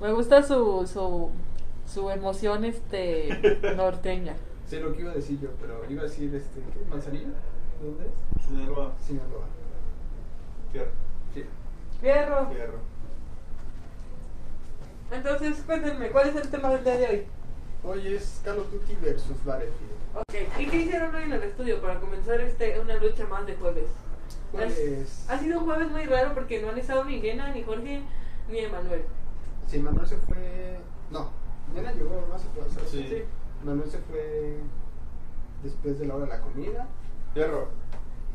Me gusta su, su, su emoción este norteña. Sé lo que iba a decir yo, pero iba a decir este, ¿qué? ¿Manzanilla? ¿De dónde es? Sinaloa, Sinaloa. fierro, Sí. Fierro. fierro. Entonces, cuéntenme, ¿cuál es el tema del día de hoy? Hoy es Call of Duty versus Battlefield. Ok, ¿y qué hicieron hoy en el estudio para comenzar este una lucha más de jueves? Pues, Ha- Ha sido un jueves muy raro porque no han estado ni Gena, ni Jorge, ni Emanuel. si Manuel se fue... No, Nena llegó, no se fue. ¿sabes? Sí. Manuel se fue después de la hora de la comida Fierro.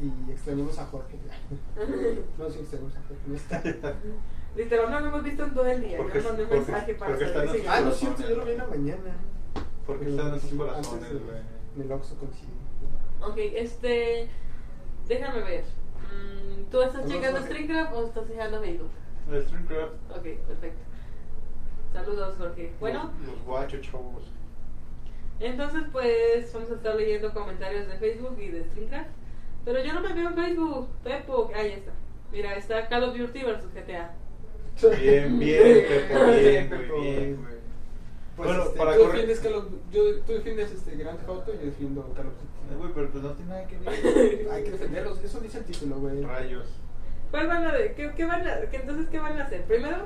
y extrañamos a Jorge. No, sí extrañamos a Jorge, no está. Literal, no lo hemos visto en todo el día. Yo Porque- le mandé un porque- mensaje para porque saber están si- Ah, Ah, no es cierto, yo lo vi en la mañana. Porque están en nuestros Sí, corazones, antes de- güey. En el Oxxo coincidió. Ok, este. Déjame ver. Mm, ¿Tú estás Vamos, checando ok. StreamCraft o estás checando Facebook? El Streamcraft. Ok, perfecto. Saludos, Jorge. Bueno, Los, los guachos, chavos. entonces pues vamos a estar leyendo comentarios de Facebook y de StreamCraft. Pero yo no me veo en Facebook, Pepo. Ahí está. Mira, está Call of Duty versus GTA. Bien, bien, Pepo, bien, Pepo. güey, bien, güey. Pues, Bueno, este, para tú correr- defiendes, Call of- yo- tú defiendes este Grand Theft Auto y yo defiendo Call of Eh, Duty. Güey, pero pues no tiene nada que ver. Hay que defenderlos, eso dice el título, güey. Rayos. ¿Cuál van a de- qué, qué van a, qué- entonces, ¿qué van a hacer? Primero,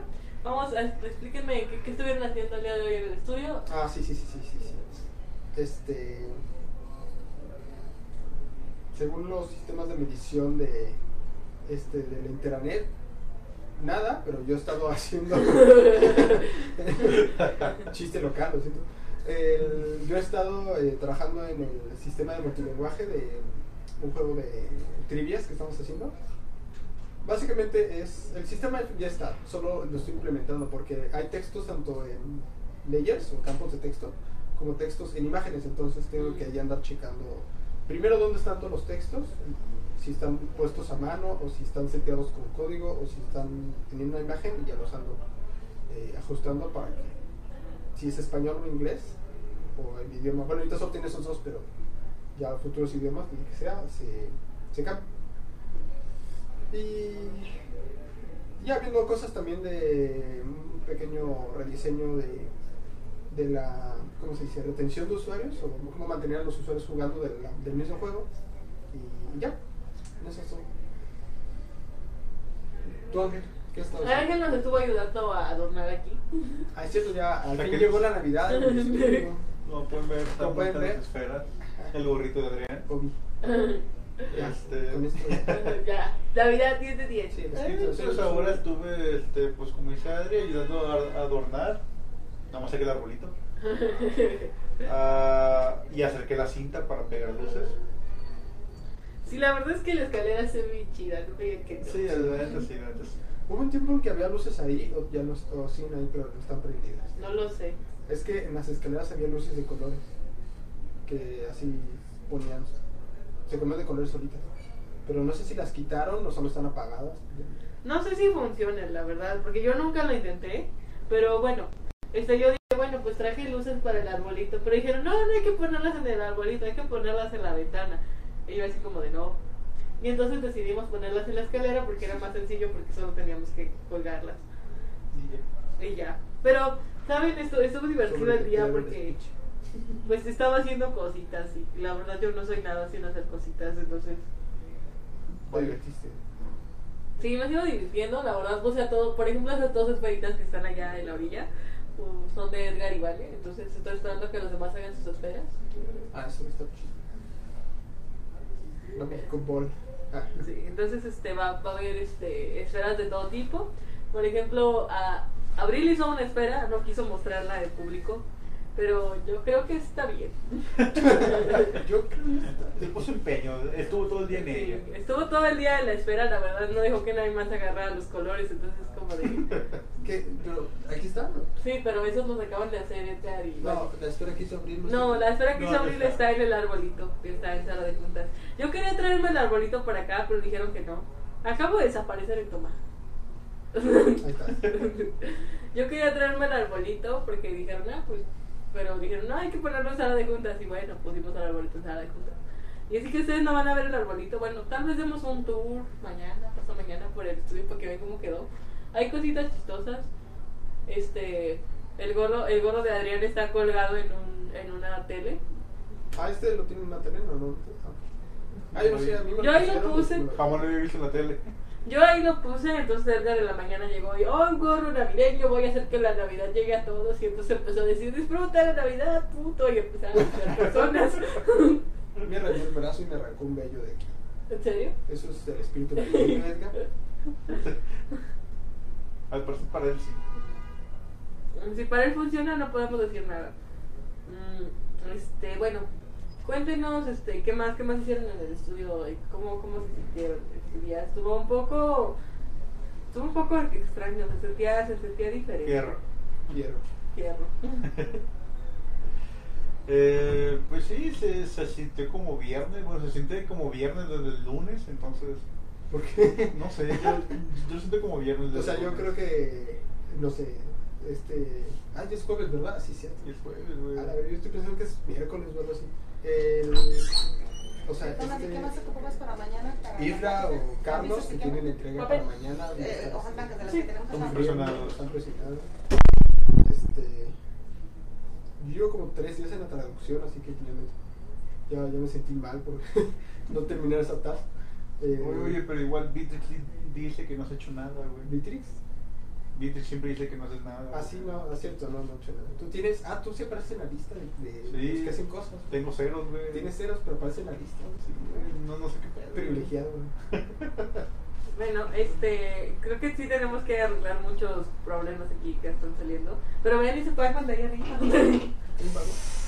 vamos a explíquenme qué, qué estuvieron haciendo el día de hoy en el estudio. Ah, sí, sí, sí, sí, sí, sí. Este. Según los sistemas de medición de este de la interanet, nada, pero yo he estado haciendo chiste local, lo siento. El- yo he estado eh, trabajando en el sistema de multilenguaje de un juego de trivias que estamos haciendo. Básicamente es el sistema ya está, solo lo estoy implementando porque hay textos tanto en layers o campos de texto como textos en imágenes, entonces tengo que ahí andar checando primero dónde están todos los textos, si están puestos a mano o si están seteados con código o si están en una imagen y ya los ando eh, ajustando para que si es español o inglés o el idioma, bueno ahorita solo tiene esos dos, pero ya futuros idiomas, el que sea, se, se cambia. Y ya viendo cosas también de un pequeño rediseño de, de la, ¿cómo se dice?, retención de usuarios o cómo mantener a los usuarios jugando de la- del mismo juego. Y ya, en eso estoy. ¿Tú, Ángel? ¿Qué has estado haciendo? Ángel nos estuvo ayudando a adornar aquí. Ah, es cierto, ya al La fin que- llegó la Navidad. este, el Como pueden ver, están Como pueden montadas ver. las esferas. El gorrito de Adrián. COVID. Ya, Este- con esto ya. ya, Navidad 10 de 10. Sí, las Eh, criptomonedas. pues ahora estuve, este, pues como dice Adri, ayudando a a adornar. Nada más saqué el arbolito. Ah, y acerqué la cinta para pegar luces. Sí, la verdad es que la escalera se ve bien chida, no me digan que no. Sí, adelante, sí, adelante. Hubo un tiempo en que había luces ahí, o ya no est- o siguen ahí, pero no están prendidas. No lo sé. Es que en las escaleras había luces de colores que así ponían, se ponían de colores solitas. Pero no sé si las quitaron o solo están apagadas. No sé si funciona, la verdad, porque yo nunca lo intenté. Pero bueno, este, yo dije, bueno, pues traje luces para el arbolito. Pero dijeron, no, no hay que ponerlas en el arbolito, hay que ponerlas en la ventana. Y yo así como de no. Y entonces decidimos ponerlas en la escalera porque era más sencillo porque solo teníamos que colgarlas. Y ya. Pero, ¿saben? Esto, estuvo divertido el día porque pues estaba haciendo cositas y la verdad yo no soy nada sin hacer cositas, entonces... Te divertiste. Sí, me sigo divirtiendo, la verdad puse a todo, por ejemplo esas dos esferitas que están allá en la orilla um, son de Edgar y Vale, entonces estoy esperando que los demás hagan sus esferas. Ah, eso está chido. La México Ball. Ah. Sí, entonces este va, va a haber este, esferas de todo tipo. Por ejemplo, a Abril hizo una esfera, no quiso mostrarla al público, pero yo creo que está bien. Yo creo que está- Le puso empeño, estuvo todo el día en ella. Sí, Estuvo todo el día en la espera, la verdad no dejó que nadie más agarrara los colores, entonces como de... ¿Qué? Pero aquí está, ¿no? Sí, pero esos nos acaban de hacer Edgar y... No, la espera quiso abrir. No, la esfera que No, hizo no Abril está. está en el arbolito, que está en sala de juntas. Yo quería traerme el arbolito para acá, pero dijeron que no. Acabo de desaparecer en toma. Ahí está. Yo quería traerme el arbolito porque dijeron, ah, pues, pero dijeron, no, hay que ponerlo en sala de juntas. Y bueno, pusimos el arbolito en sala de juntas. Y así que ustedes no van a ver el arbolito. Bueno, tal vez demos un tour mañana, pasado mañana por el estudio para que vean cómo quedó. hay cositas chistosas. Este, el gorro, el gorro de Adrián está colgado en, un, en una tele. Ah, este lo tiene en una tele, no, no. Ah, yo no sé, a mí me Yo ahí lo pusieron, puse. me Jamás lo había visto en la tele. Yo ahí lo puse, entonces cerca de la mañana llegó y, oh, un gorro navideño, voy a hacer que la Navidad llegue a todos. Y entonces empezó a decir, disfruta la Navidad, puto. Y empezaron a escuchar personas. Me arrancó el brazo y me arrancó un vello de aquí. ¿En serio? Eso es el espíritu navideño, Edgar. Al parecer para él sí. Si para él funciona, no podemos decir nada. Mm, este, bueno, cuéntenos, este, ¿qué más, qué más hicieron en el estudio? y ¿Cómo, cómo se sintieron este día? Estuvo un poco, estuvo un poco extraño, se sentía, se sentía diferente. Fierro. Hierro. Fierro. Eh, pues sí, se, se sintió como viernes, bueno, se siente como viernes desde el lunes, entonces, ¿Por qué? no sé, yo, yo siento como viernes desde O sea, el yo lunes. creo que, no sé, este... Ah, ya es jueves, ¿verdad? Sí, cierto. Y el jueves, güey. A la vez, yo estoy pensando que es miércoles o algo así. El, o sea, Tomás, ¿y este, ¿Qué más ocupas para mañana? Para la Isla tarde? o Carlos, ¿Avisas que si tienen quieres? entrega Papel. para mañana. Eh, están- hojas blancas de las Sí. que tenemos Están acá. presionados. Están presionados. Este, yo llevo como tres días en la traducción, así que ya me, ya, ya me sentí mal por no terminar esa task. Eh, Oye, oye, pero igual Beatrix dice que no has hecho nada, güey. Vitrix. Beatrix siempre dice que no haces nada. güey. Ah, sí, no, es cierto, no, no, chela. Tú tienes, ah, tú sí apareces en la lista de, de Sí. los que hacen cosas. Tengo ceros, güey. Tienes ceros, pero apareces en la lista. Sí, güey, no, no sé qué pedo. güey. Privilegiado, güey. Bueno, este, creo que sí tenemos que arreglar muchos problemas aquí que están saliendo. Pero vean y se puede cuando ahí arriba. Un vago.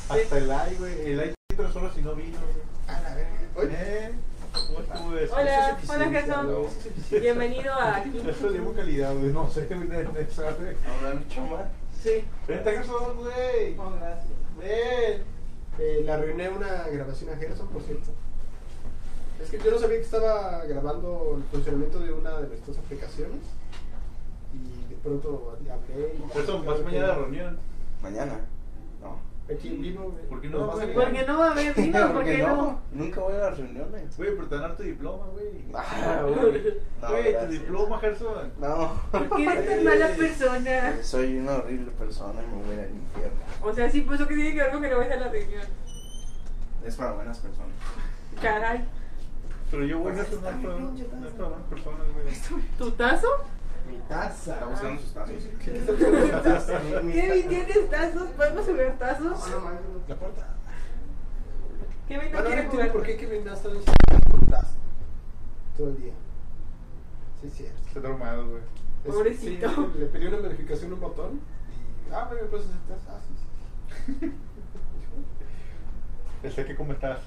Hasta el AI, güey. El AI tres horas y no vino, güey. A Ah, la verga. Oye, ¿Eh? ¿Cómo estuvo eso? Hola, Eso es hola eficiencia, ¿no? Gerson. Eso es eficiencia. Bienvenido a Eso le dio calidad, güey. No sé, güey, de- de- sabe. Habrán chamar. Sí. Vente, Gerson, güey. No, gracias. Ven. Eh, le arruiné una grabación a Gerson, por cierto. Es que yo no sabía que estaba grabando el funcionamiento de una de nuestras aplicaciones. Y de pronto hablé. y- Gerson, vas mañana a la reunión. Mañana. No. Aquí en vivo. güey. ¿Por qué no vas a güey, llegar? Porque no va a haber vino, porque no. Nunca voy a las reuniones. Güey, pero te van a dar tu diploma, güey. Ah, güey. No, Güey, tu gracias. diploma, Gerson. No. Porque eres tan mala persona. Soy una horrible persona y me voy al infierno. O sea, sí, pues eso que tiene que ver con que no vayas a la reunión. Es para buenas personas. Caray. Pero yo, Pues güey, Gerson no es para- no es para buenas personas, güey. ¿Tu tazo? Mi taza. Está buscando sus tazos. Kevin, ¿tienes tazos? ¿Podemos jugar tazos? No, no, mames, La puerta. Kevin no Bueno, no quiere entiendo jugar. por qué Kevin ha estado encerrado con taza todo el día. Sí, es cierto. Está traumado, güey. Es- Pobrecito. sí, le pedí una verificación, un botón. Y, ah, güey, me puedes aceptar. Ah, sí, sí. El sé que come tazos.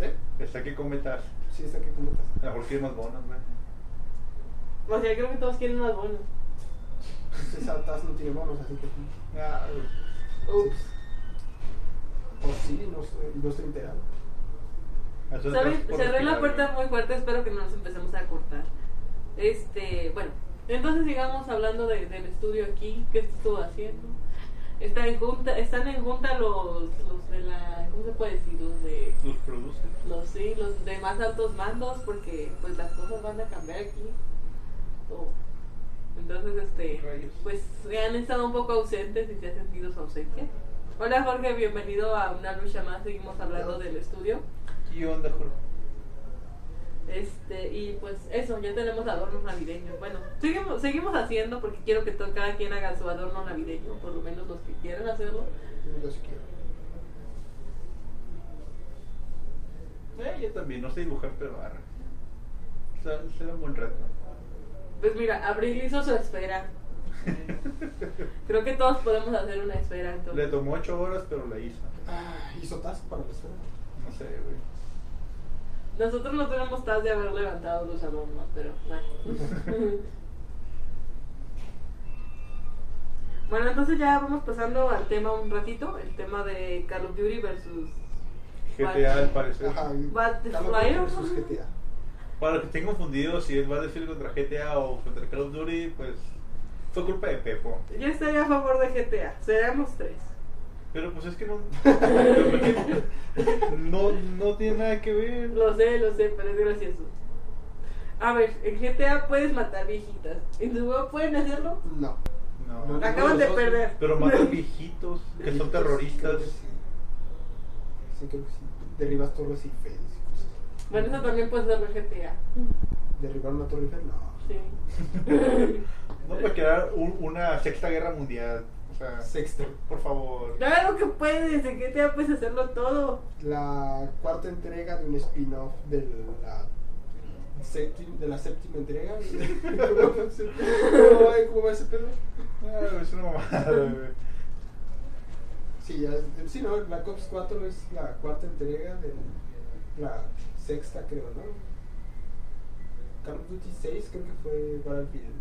¿Eh? El sé que come tazos. Sí, está aquí como taza. A lo mejor tiene más bonos, güey. O sea, creo que todos quieren más bonos. Pues, Esa taza no tiene bonos, así que. Ah, güey. Ups. O sí, no, estoy- no estoy enterado. Eso es ¿Saben? por Cerré la respirar, puerta güey. muy fuerte, espero que no nos empecemos a cortar. Este, bueno, entonces sigamos hablando de- del estudio aquí, qué estuvo haciendo. Está en junta, están en junta los, los de la, ¿cómo se puede decir? Los de Los produce. los sí, los de más altos mandos porque pues las cosas van a cambiar aquí. Oh. Entonces este Rayos. pues se han estado un poco ausentes y se ha sentido su ausencia. Hola Jorge, bienvenido a una lucha más, seguimos hablando del estudio. ¿Qué onda, Jorge? Este, y pues eso, ya tenemos adornos navideños. Bueno, seguimos, seguimos haciendo porque quiero que todo, cada quien haga su adorno navideño, por lo menos los que quieran hacerlo. Yo sí quiero. Eh, yo también, no sé dibujar, pero arre. O sea, será un buen reto. Pues mira, Abril hizo su esfera. Creo que todos podemos hacer una esfera Le entonces. tomó ocho horas, pero la hizo. Ah, hizo taza para empezar. No sé, güey. Nosotros no tenemos taz de haber levantado los adornos, pero bueno. bueno, entonces ya vamos pasando al tema un ratito, el tema de Call of Duty versus GTA, al parecer. Ajá. y- pues, But the Call of Flyer. Duty versus GTA. Para los que estén confundidos si es Battlefield contra GTA o contra Call of Duty, pues fue culpa de Pepo. Yo estaría a favor de GTA, seríamos tres. Pero pues es que no. no, no tiene nada que ver. Lo sé, lo sé, pero es gracioso. A ver, en GTA puedes matar viejitas. ¿En su juego pueden hacerlo? No. No. Acaban de perder. Pero matan viejitos que son terroristas. Creo que sí. Sí, creo que sí. Derribas torres y Eiffel. y cosas así. Bueno, eso también puede ser en GTA. Derribar una torre Eiffel, no. Sí. No puede quedar un- una sexta guerra mundial. O sea, Sexta. por favor. claro que puedes, en GTA puedes hacerlo todo. La cuarta entrega de un spin-off de la séptima, de la séptima entrega. ¿Cómo va a ser- cómo va- ¿Cómo va ese pedo? Ah, es una mamada, güey. Sí, ya, es- sí, no, Black Ops 4 es la cuarta entrega de la sexta, creo, ¿no? Call of Duty 6 creo que fue Battlefield.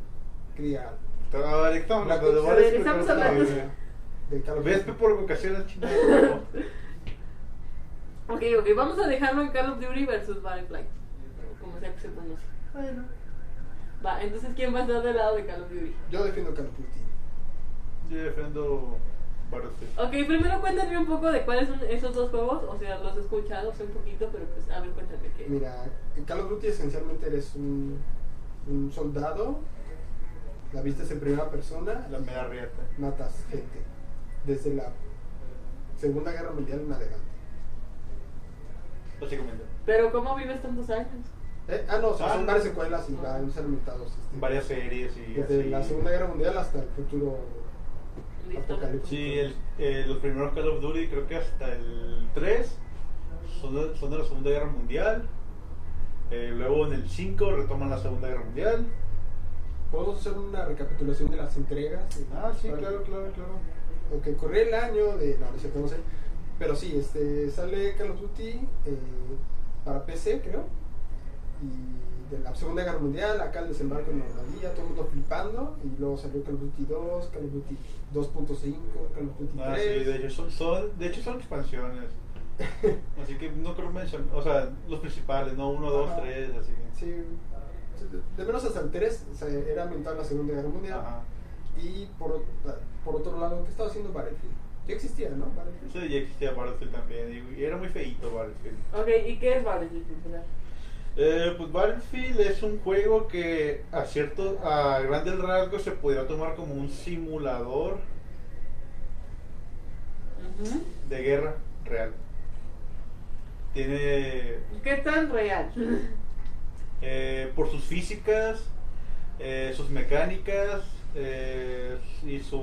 Criar. Te va a dar esto, La te va a dar Estamos esto, hablando- te va a dar esto. De Call of Ves Duty. pe, por vocación chingada. Ok, ok, vamos a dejarlo en Call of Duty versus Battlefly. Como sea que se conoce. Bueno, Va, entonces, ¿quién va a estar del lado de Call of Duty? Yo defiendo Call of Duty. yo defiendo Battlefield. Ok, primero cuéntame un poco de cuáles son esos dos juegos. O sea, los he escuchado hace un poquito, pero pues a ver, cuéntame qué. Mira, en Call of Duty esencialmente eres un, un soldado, la vistes en primera persona, La mera riata. matas gente. Desde la Segunda Guerra Mundial en adelante. Básicamente. Pero, ¿cómo vives tantos años? Eh, Ah, no, o sea, Ah, son no. varias secuelas y van alimentados. Varias series y Desde así. la Segunda Guerra Mundial hasta el futuro. Listo. Apocalipsis. Sí, el, eh, los primeros Call of Duty creo que hasta el 3 son de, son de la Segunda Guerra Mundial. Eh, luego en el 5 retoman la Segunda Guerra Mundial. ¿Podemos hacer una recapitulación de las entregas? Ah, sí, Para- claro, claro, claro. Aunque corría el año de. No, no es cierto, no sé. Pero sí, este, sale Call of Duty eh, para PC, creo. Y de la Segunda Guerra Mundial, acá el desembarco en Normandía, todo el mundo flipando. Y luego salió Call of Duty 2, Call of Duty 2.5, Call of Duty 3. Ah, sí, de hecho son, son- de hecho son expansiones. Así que no creo mencionar, o sea, los principales, ¿no? 1, 2, Ajá. 3, así. Sí, de- de menos hasta el 3 o sea, era ambientada en la Segunda Guerra Mundial. Ajá. Y por, por otro lado, ¿qué estaba haciendo Battlefield? Ya existía, ¿no? Battlefield. Eso ya existía Battlefield también, y- y era muy feíto Battleeld. Ok, ¿y qué es Battlefield? en general? Eh, pues Battlefield es un juego que a cierto, a grandes rasgos se podría tomar como un simulador Ujú. de guerra real. Tiene, ¿Qué tan real? eh, por sus físicas, eh, sus mecánicas eh, y sus,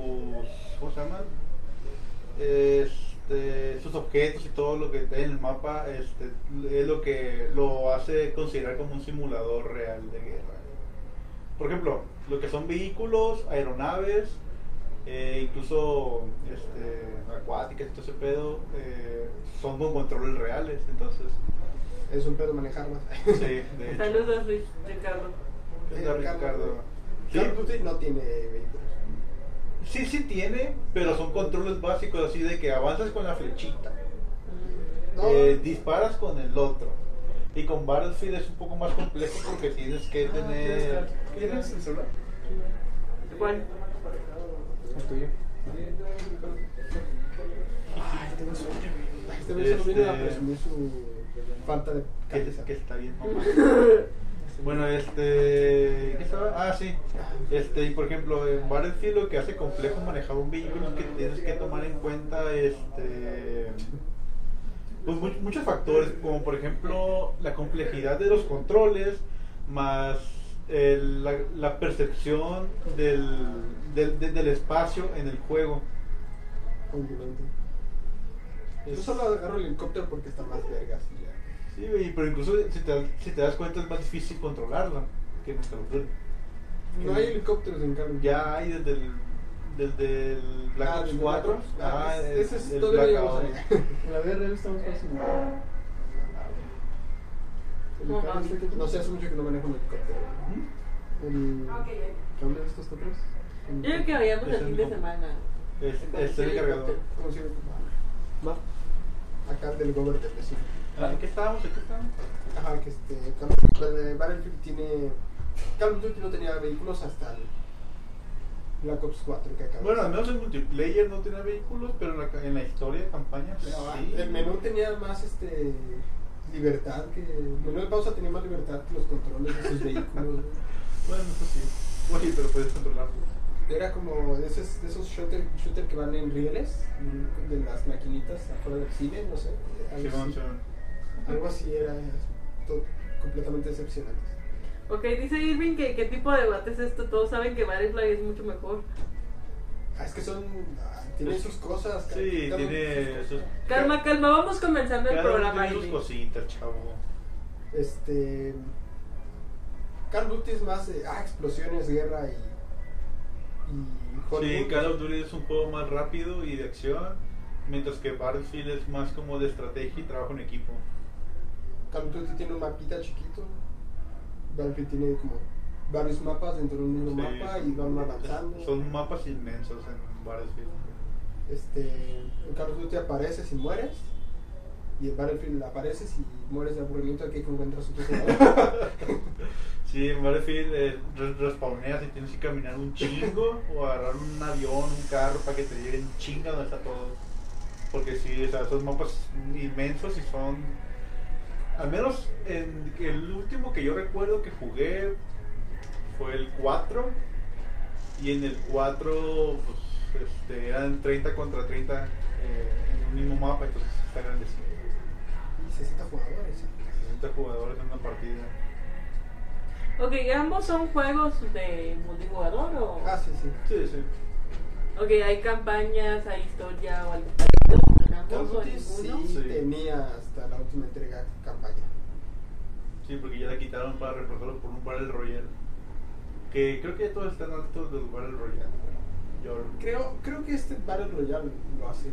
¿cómo se llaman? Este, sus objetos y todo lo que está en el mapa este, es lo que lo hace considerar como un simulador real de guerra. Por ejemplo, lo que son vehículos, aeronaves, eh, incluso este, acuáticas y todo ese pedo, eh, son con controles reales. Entonces, Es un pedo manejarlas. sí, de hecho. Saludos, Luis, Ricardo. Es de Ricardo. pues, Sí, Call of Duty no tiene vehículos. sí, sí tiene, pero son controles básicos así de que avanzas con la flechita, No, eh, disparas con el otro. Y con Battlefield es un poco más complejo porque Ah, tienes que tener... ¿Tienes el celular? ¿Cuál? el tuyo. Ay, tengo sueño. güey. Este güey solo viene a Este- presumir su falta de Que, cabeza. que está bien, mamá. Bueno, este... ¿Qué estaba? Ah, sí. Este, y por ejemplo, en Battlefield lo que hace complejo manejar un vehículo es que tienes que tomar en cuenta este... Pues mu- muchos factores, como por ejemplo la complejidad de los controles, más el- la, la percepción del, del, de- del espacio en el juego. Obviamente. Yo Es- solo agarro el helicóptero porque está más vergas. y ya. Sí, güey, pero incluso si te, si te das cuenta es más difícil controlarla que en el Call of Duty. No hay helicópteros en Call of Duty. Ya hay desde el, desde el Black Ah, Ops desde 4. Ah, ah, ese es el todo lo que Black vamos a Ops. ver. En la vida real estamos casi igual. No, mami. No sé, hace mucho que no manejo un helicóptero. ¿Mm? El... ¿Qué onda de estos otros? Yo creo que habíamos el fin de semana. Es, es el encargado. ¿Cómo se llama? Acá del gobierno del vecino. Ah, ¿En qué estábamos? ¿En qué estábamos? Ajá, que este. Call of- eh, Battlefield tiene. Call of Duty no tenía vehículos hasta el Black Ops 4 que acaba. Bueno, al menos en multiplayer no ah, tenía vehículos, pero en la, ca- en la historia de campaña sí. El menú tenía más este. libertad que. Manuel Pausa tenía más libertad que los controles de sus vehículos. güey. Bueno, eso sí. Oye, pero puedes controlarlo. Era como de esos, de esos shooter, shooter que van en rieles, mm, de las maquinitas afuera del cine, no sé. Algo, Simón, así, Simón. algo así era to- completamente decepcionante. Ok, dice Irving que qué tipo de debate es esto. Todos saben que Barefly es mucho mejor. Ah, es que son. ah, tienen sus cosas. cada- Sí, cada uno tiene sus sus. cosas. Calma, calma, vamos comenzando el Cada uno programa. tiene sus Irving. cositas, chavo. Este. Call of Duty es más. eh, ah, explosiones, guerra y. y Sí, Hollywood. Call of Duty es un juego más rápido y de acción, mientras que Battlefield es más como de estrategia y trabajo en equipo. Call of Duty tiene un mapita chiquito. Battlefield tiene como varios mapas dentro de un mismo Sí, mapa son- y van avanzando. Son mapas inmensos en Battlefield. Este, en Call of Duty apareces y mueres. Y en Battlefield apareces y mueres de aburrimiento aquí que encuentras otro jugador. Sí, en Battlefield eh, re- respawneas y tienes que caminar un chingo o agarrar un avión, un carro para que te lleguen chinga donde está todo. Porque sí, o sea, son mapas inmensos y son. Al menos en el último que yo recuerdo que jugué fue el 4. Y en el 4 pues, este, eran 30 contra 30 eh, en un mismo mapa, entonces está grandecito. y 60 jugadores. 60 jugadores en una partida. Ok, ambos son juegos de multijugador o. Ah, sí, sí. Sí, sí. Ok, hay campañas, hay historia o algo. ¿En Call ambos of o Duty en ninguno? sí, Sí. tenía hasta la última entrega campaña. Sí, porque ya la quitaron para reemplazarlo por un Battle Royale. Que creo que ya todos están altos del Battle Royale. Yo, Creo, creo que este Battle Royale lo hace.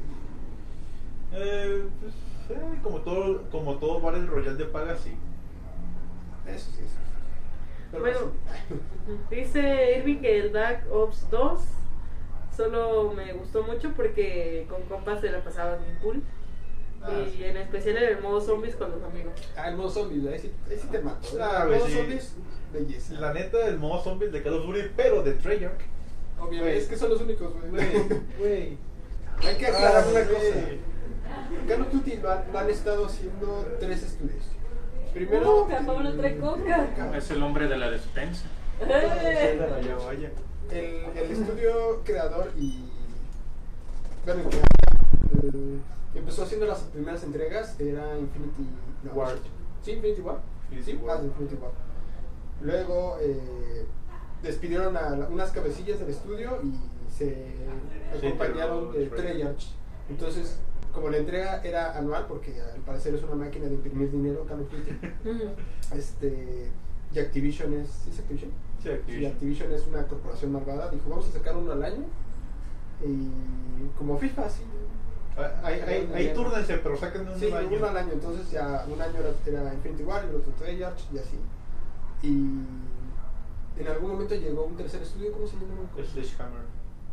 eh, pues, eh, como, todo, como todo Battle Royale de paga, sí. Eso sí, eso. Pero Bueno. sí. Dice Irving que el Dark Ops 2 solo me gustó mucho porque con compas se la pasaba bien cool. Ah, y sí. en especial en el modo zombies con los amigos. Ah, el modo zombies, ahí sí, ahí sí te mato. ¿eh? Ah, el güey, modo sí. zombies, belleza. La neta, el modo zombies de Call of Duty, pero de Treyarch. Obviamente, güey. es que son los únicos, güey. Güey. Hay que aclarar Ah, una güey. cosa. Call of Duty lo han, lo han estado haciendo tres estudios. Primero. mm, Coca, Uh, Pablo trae coca. Es el hombre de la despensa. ¡Eh! Vaya, vaya. El, el estudio creador y. Bueno, que- el- empezó haciendo las primeras entregas, era Infinity no, Ward. Sí, Infinity War. Infinity sí, Ward. ah, Infinity War. Luego eh, despidieron a la- unas cabecillas del estudio y se Sí, acompañaron pero- de Treyarch. Entonces, como la entrega era anual, porque al parecer es una máquina de imprimir dinero, Call of Duty, este, y Activision es. ¿sí es Activision? Sí, Y Activision. Activision es una corporación malvada. Dijo, vamos a sacar uno al año. Y como FIFA, así. Ah, Ahí, ahí, ahí túrnense, pero sáquenme un Sí, baño. uno al año. Entonces ya un año era, era Infinity War, el otro Treyarch y así. Y en algún momento llegó un tercer estudio, ¿cómo se llama? Sledgehammer.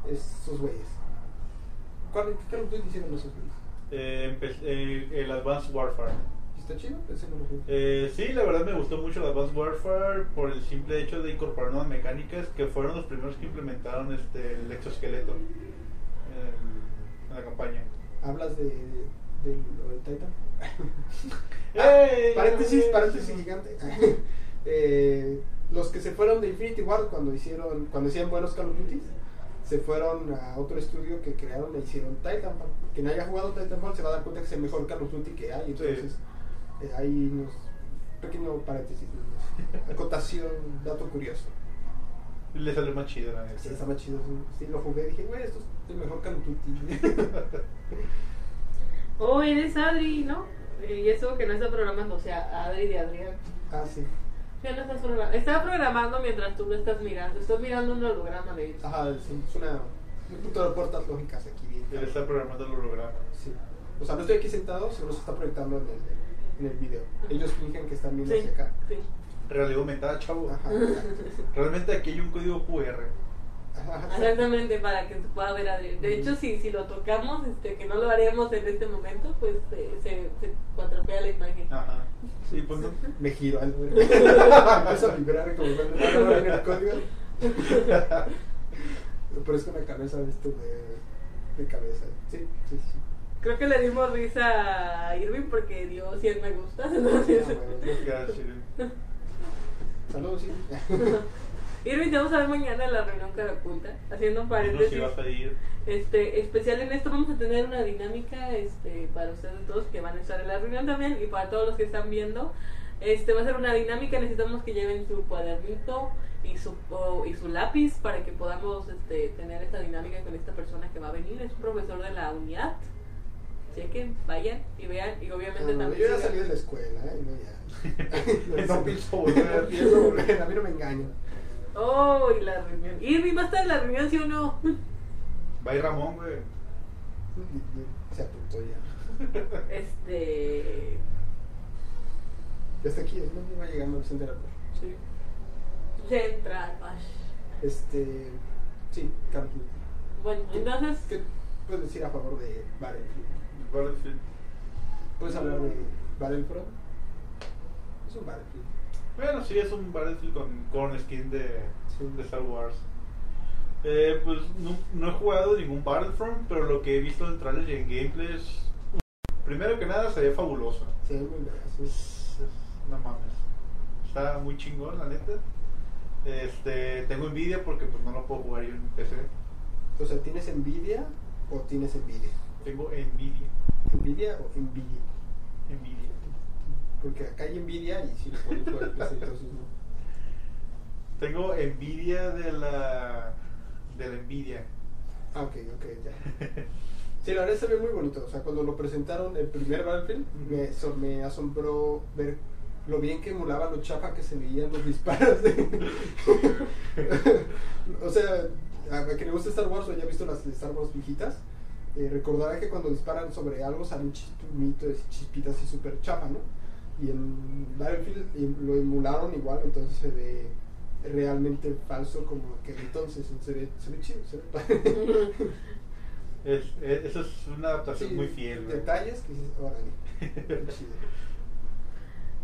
Esos güeyes. ¿Cuál, ¿Qué Call of Duty hicieron esos güeyes? Eh, empe- eh, el Advanced Warfare. ¿Está chido? Ese no lo jugué. Eh, sí, la verdad me gustó mucho la Advanced Warfare por el simple hecho de incorporar nuevas mecánicas que fueron los primeros que implementaron este, el exoesqueleto en, en la campaña. Hablas de, de, lo del Titan. Ah, ¡Ey! paréntesis, ¡Ey! paréntesis gigante. Eh, los que se fueron de Infinity War cuando hicieron, cuando hacían buenos Call of Duty, se fueron a otro estudio que crearon e hicieron Titanfall. Quien haya jugado Titanfall se va a dar cuenta que es el mejor Call of Duty que hay. Entonces, eh, ahí nos pequeño paréntesis, nos- acotación, dato curioso. Le salió más chido la neta. Sí, está más chido. Sí, lo jugué, dije, güey, esto es el mejor Call of Duty. Oh, eres Adri, ¿no? Eh, Y eso que no está programando, o sea, Adri de Adrián. ah, sí. Ya no estás programando. Estaba programando mientras tú lo estás mirando. Estás mirando un holograma de ellos. Ajá, sí, es una. Un punto de puertas lógicas aquí bien. Él está programando el holograma. Sí. O sea, no estoy aquí sentado, solo se está proyectando en el, en el video. Ellos fingen que están viendo hacia acá. Ah, sí. Realidad aumentada, chavo. Ajá. Realmente aquí hay un código QR. Ajá. Exactamente, para que se pueda ver Adrián. De hecho, si, si lo tocamos, este, que no lo haremos en este momento, pues eh, se, se cuatropea la imagen. Ah. Ajá. Sí, pues no. Me giro al Empiezo a vibrar como cuando no, no viene el código. Pero es con la cabeza de esto de, de cabeza. Sí, sí, sí. Creo que le dimos risa a Irving porque dio 100 me gustas. Entonces... Ah, bueno, Gracias, Irving. Saludos, sí. Irving, te vamos a ver mañana en la reunión Caraculta. Haciendo un Pues No sé si paréntesis. vas a ir. Este, especial en esto vamos a tener una dinámica este, para ustedes todos que van a estar en la reunión también y para todos los que están viendo. Este va a ser una dinámica, necesitamos que lleven su cuadernito y su o- y su lápiz para que podamos este, tener esta dinámica con esta persona que va a venir, es un profesor de la unidad. Chequen, vayan y vean y obviamente Ah, también yo ya sigan- salí de la escuela, ¿eh? No, ya. No pienso volver. pienso volver, a mí no me engaño. Oh, y la reunión. Irving va a estar en la reunión, ¿sí o no? Va a ir Ramón, güey. Se apuntó ya. Este. Ya está aquí, no va llegando Vicente Aragón. Sí. Central. ay. Este. Sí, Camping. Bueno, entonces. ¿Qué puedes decir a favor de Battlefield? Battlefield. ¿Puedes hablar de Battlefront? Es un Battlefield. Bueno, sí, es un Battlefield con, con skin de, Sí. de Star Wars. Eh, pues no, no he jugado ningún Battlefront, pero lo que he visto en trailers y en gameplays, primero que nada, se ve fabuloso. Se ven muy vergas. ¿eh? Es- es- No mames. Está muy chingón, la neta. Este, tengo envidia porque pues no lo puedo jugar yo en PC. O sea, ¿tienes envidia o tienes envidia? Tengo envidia. ¿Envidia o envidia? Envidia. Porque acá hay envidia y si lo pones por el PC, entonces no. Tengo envidia de la... de la envidia. Ah, ok, ok, ya. Sí, la verdad se ve muy bonito. O sea, cuando lo presentaron el primer Battlefield, Ujú. me, so- me asombró ver lo bien que emulaba lo chafa que se veían los disparos. de- o sea, a a que le gusta Star Wars o haya visto las de Star Wars viejitas, eh, recordará que cuando disparan sobre algo salen chispitas y chispitas y súper chafa, ¿no? Y en Battlefield em- lo emularon igual, entonces se ve realmente falso como que entonces se ve, se ve chido, se ve padre. Es- es- eso es una adaptación Sí, muy fiel. güey. Detalles que dices, órale, qué chido.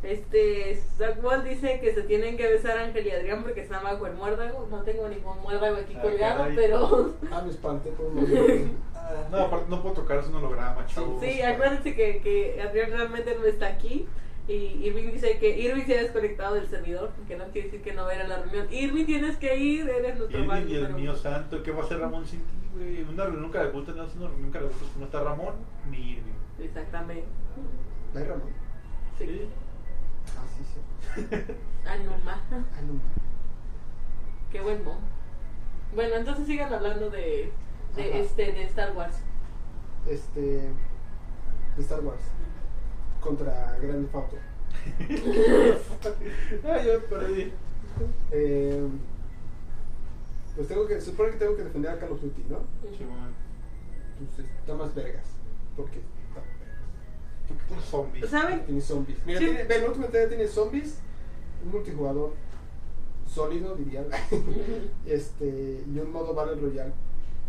Este, Zach Wall dice que se tienen que besar a Ángel y Adrián porque están bajo el muérdago. No tengo ningún muérdago aquí Ah, colgado, caray. pero Ah, me espanté por un momento. Ah, No, aparte no puedo tocar, es un holograma, chavos. sí, acuérdense que, que Adrián realmente no está aquí. Y Irving dice que Irving se ha desconectado del servidor, que no quiere decir que no va a ir a la reunión. Irving, tienes que ir, eres Y, nuestro y fan Dios número mío uno. santo, ¿qué va a hacer Ramón sin ti, güey? Una reunión nunca le gusta, no es una reunión que le gusta, no está Ramón ni Irving. Exactamente. ¿Hay Ramón? Sí. Sí. Ah, sí, sí. Ah, no más. Ah, no. Qué buen mo. Bueno, entonces sigan hablando de, Ajá. de, este, de Star Wars. Este. Star Wars. Contra Grand Theft Auto. Ah, yo me perdí. Eh, pues tengo que. Supongo que tengo que defender a Call of Duty, ¿no? Simón. Pues está más vergas. Porque está vergas. Porque puros zombies. ¿Saben? Tiene zombies. Mira, Sí. tiene, ve, el último entrega tiene zombies. Un multijugador sólido, diría. este. Y un modo Battle Royale.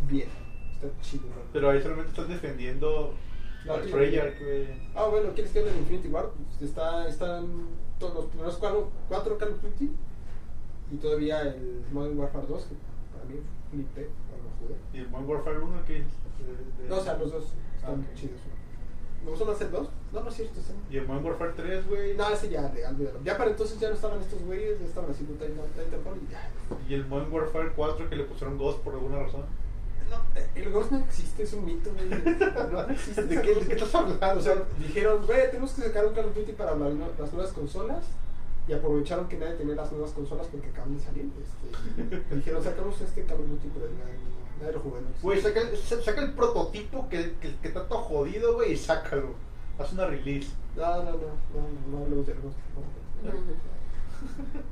Bien. Está chido, ¿no? Pero ahí solamente estás defendiendo La al tía. Treyarch, güey. Ah, bueno, ¿quieres que hable de Infinity War? Pues está, están todos los primeros cuatro, cuatro Call of Duty y todavía el Modern Warfare 2, que para mí flipé cuando lo jugué. Y el Modern Warfare 1 que es de- de- No, o sea, los dos están Ah, ok. chidos. ¿Me gustó más el 2? No, no es cierto. Están... Y el Modern Warfare 3, güey. No, ese ya, le- olvídalo. Ya para entonces ya no estaban estos güeyes, ya estaban haciendo Titanfall y ya. Y el Modern Warfare 4 que le pusieron Ghost por alguna razón. No, eh, el Ghost no existe, es un mito, güey. No existe. ¿De qué- de qué estás hablando? O sea, dijeron, güey, tenemos que sacar un Call of Duty para la- las nuevas consolas. Y aprovecharon que nadie tenía las nuevas consolas porque acaban de salir. Este, y dijeron, sacamos este Call of Duty, pero nadie, nadie lo jugó. no existe. Güey, saca, el- sa- saca el prototipo que, que, que está todo jodido, güey, y sácalo. Haz una release. No, no, no, no, no hablemos del Ghost.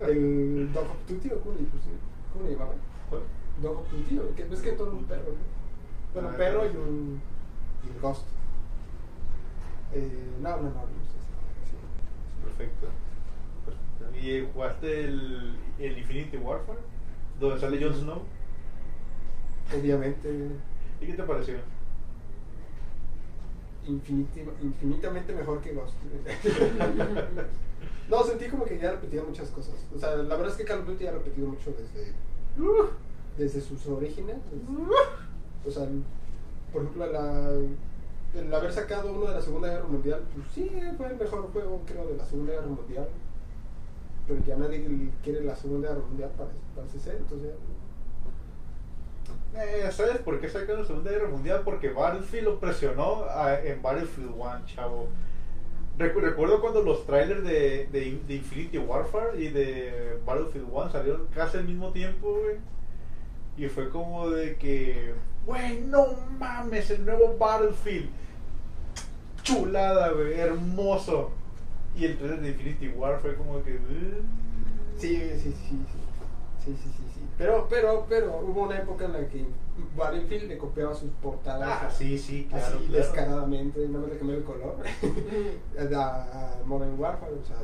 no. El Dog of Duty, ¿o cómo le, pusieron? ¿Cómo le llamaban? ¿Cuál? Dog of Duty, ¿o qué? Es pues que todo era un perro, ¿no? Bueno, un perro y un, y un Ghost. Eh, no, no, no, no, sí. Perfecto. Perfecto. ¿Y eh, jugaste el, el Infinity Warfare? Donde sale Jon Snow. Obviamente, ¿Y qué te pareció? infiniti- infinitamente mejor que Ghost. no, sentí como que ya repetía muchas cosas. O sea, la verdad es que Call of Duty ya ha repetido mucho desde, desde sus orígenes. desde- o sea, por ejemplo, la, el haber sacado uno de la Segunda Guerra Mundial, pues sí, fue el mejor juego, creo, de la Segunda Guerra Mundial. Pero ya nadie quiere la Segunda Guerra Mundial para, para el CC, entonces. Eh, ¿Sabes por qué sacaron la Segunda Guerra Mundial? Porque Battlefield lo presionó a- en Battlefield 1, chavo. Recu- Recuerdo cuando los trailers de, de, de Infinity Warfare y de Battlefield 1 salieron casi al mismo tiempo, güey. Y fue como de que, güey, no mames, el nuevo Battlefield. Chulada, güey, hermoso. Y el trailer de Infinity War fue como que... "Eh". Sí, sí, sí, sí. Sí, sí, sí, sí. Pero, pero, pero, hubo una época en la que Battlefield le copiaba sus portadas. Ah, sí, sí, claro. así claro. descaradamente, nada más le cambió el color. a, a Modern Warfare, o sea.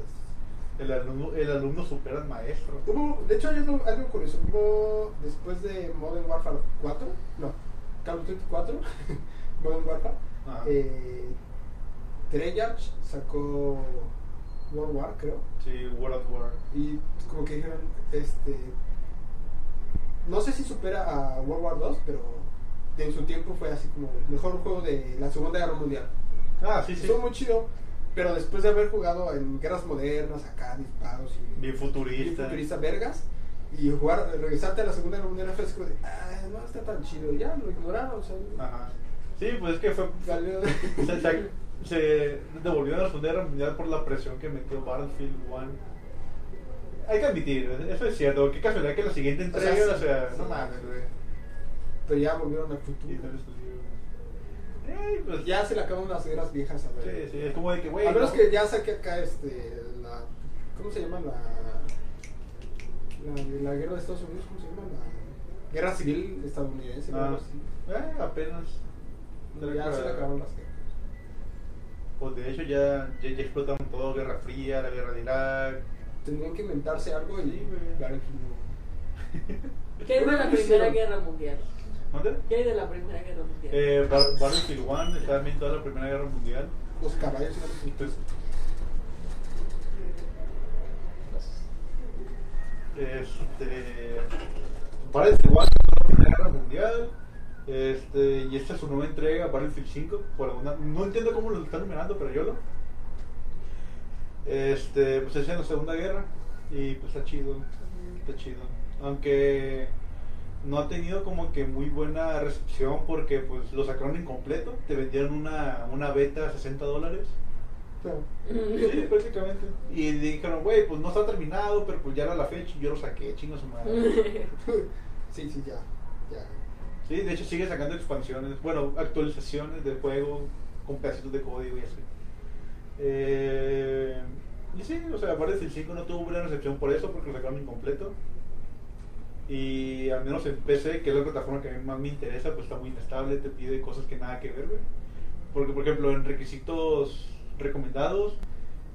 El alumno, el alumno supera al maestro. Hubo, de hecho, hay algo, algo curioso. Hubo, después de Modern Warfare 4, no, Call of Duty 4, Modern Warfare, Ajá. eh, Treyarch sacó World War, creo. Sí, World of War. Y como que dijeron, este. No sé si supera a World War 2, pero en su tiempo fue así como el mejor juego de la Segunda Guerra Mundial. Ah, sí, sí. Estuvo muy chido, pero después de haber jugado en guerras modernas, acá, disparos y. Bien bien futurista. futurista vergas. Y jugar, regresarte a la Segunda Guerra Mundial fue así como de, ah, no está tan chido. Y Ya lo ignoraron, o sea. Ajá. Sí, pues es que fue. valió- Se, se, se devolvió a la Segunda Guerra Mundial por la presión que metió Battlefield 1. Hay que admitir, eso es cierto. Qué casualidad que la siguiente O sea, entrega, o sea, sí, sí. no mames, güey. pero ya volvieron al Y futuro. no les salió. Eh, pues Ya se le acaban las guerras viejas a ver. Sí, sí, es como de que, güey. a menos no. que ya saque acá este la ¿cómo se llama la la, la guerra de Estados Unidos? ¿Cómo se llama? La guerra civil estadounidense, Ah. algo así. Eh, apenas. Ya se le acabaron las guerras. Pues de hecho ya, ya, ya explotaron todo, Guerra Fría, la Guerra de Irak. Tendrían que inventarse algo y Sí, güey. Claro que no. ¿Qué hay de la Primera Guerra Mundial? ¿Dónde? ¿Qué hay de la Primera Guerra Mundial? Eh, Bar- Battlefield 1 está ambientado en la Primera Guerra Mundial. los caballos eran Entonces, este. Battlefield 1 la Primera Guerra Mundial. Este, y esta es su nueva entrega, Battlefield 5. Por alguna, no entiendo cómo lo están numerando, pero yo lo. Este, pues es en la Segunda Guerra. Y pues está chido. Está chido. Aunque no ha tenido como que muy buena recepción porque pues lo sacaron incompleto. Te vendieron una, una beta a 60 dólares. Pero, Sí, prácticamente. Y dijeron, güey, pues no está terminado, pero pues ya era la fecha y yo lo saqué, chingo su madre. Sí, sí, ya. Ya. Sí, de hecho sigue sacando expansiones, bueno, actualizaciones de juego con pedacitos de código y así. Eh, y sí, o sea, Battlefield 5 no tuvo buena recepción por eso, porque lo sacaron incompleto. Y al menos en PC, que es la plataforma que a mí más me interesa, pues está muy inestable, te pide cosas que nada que ver, güey. Porque, por ejemplo, en requisitos recomendados,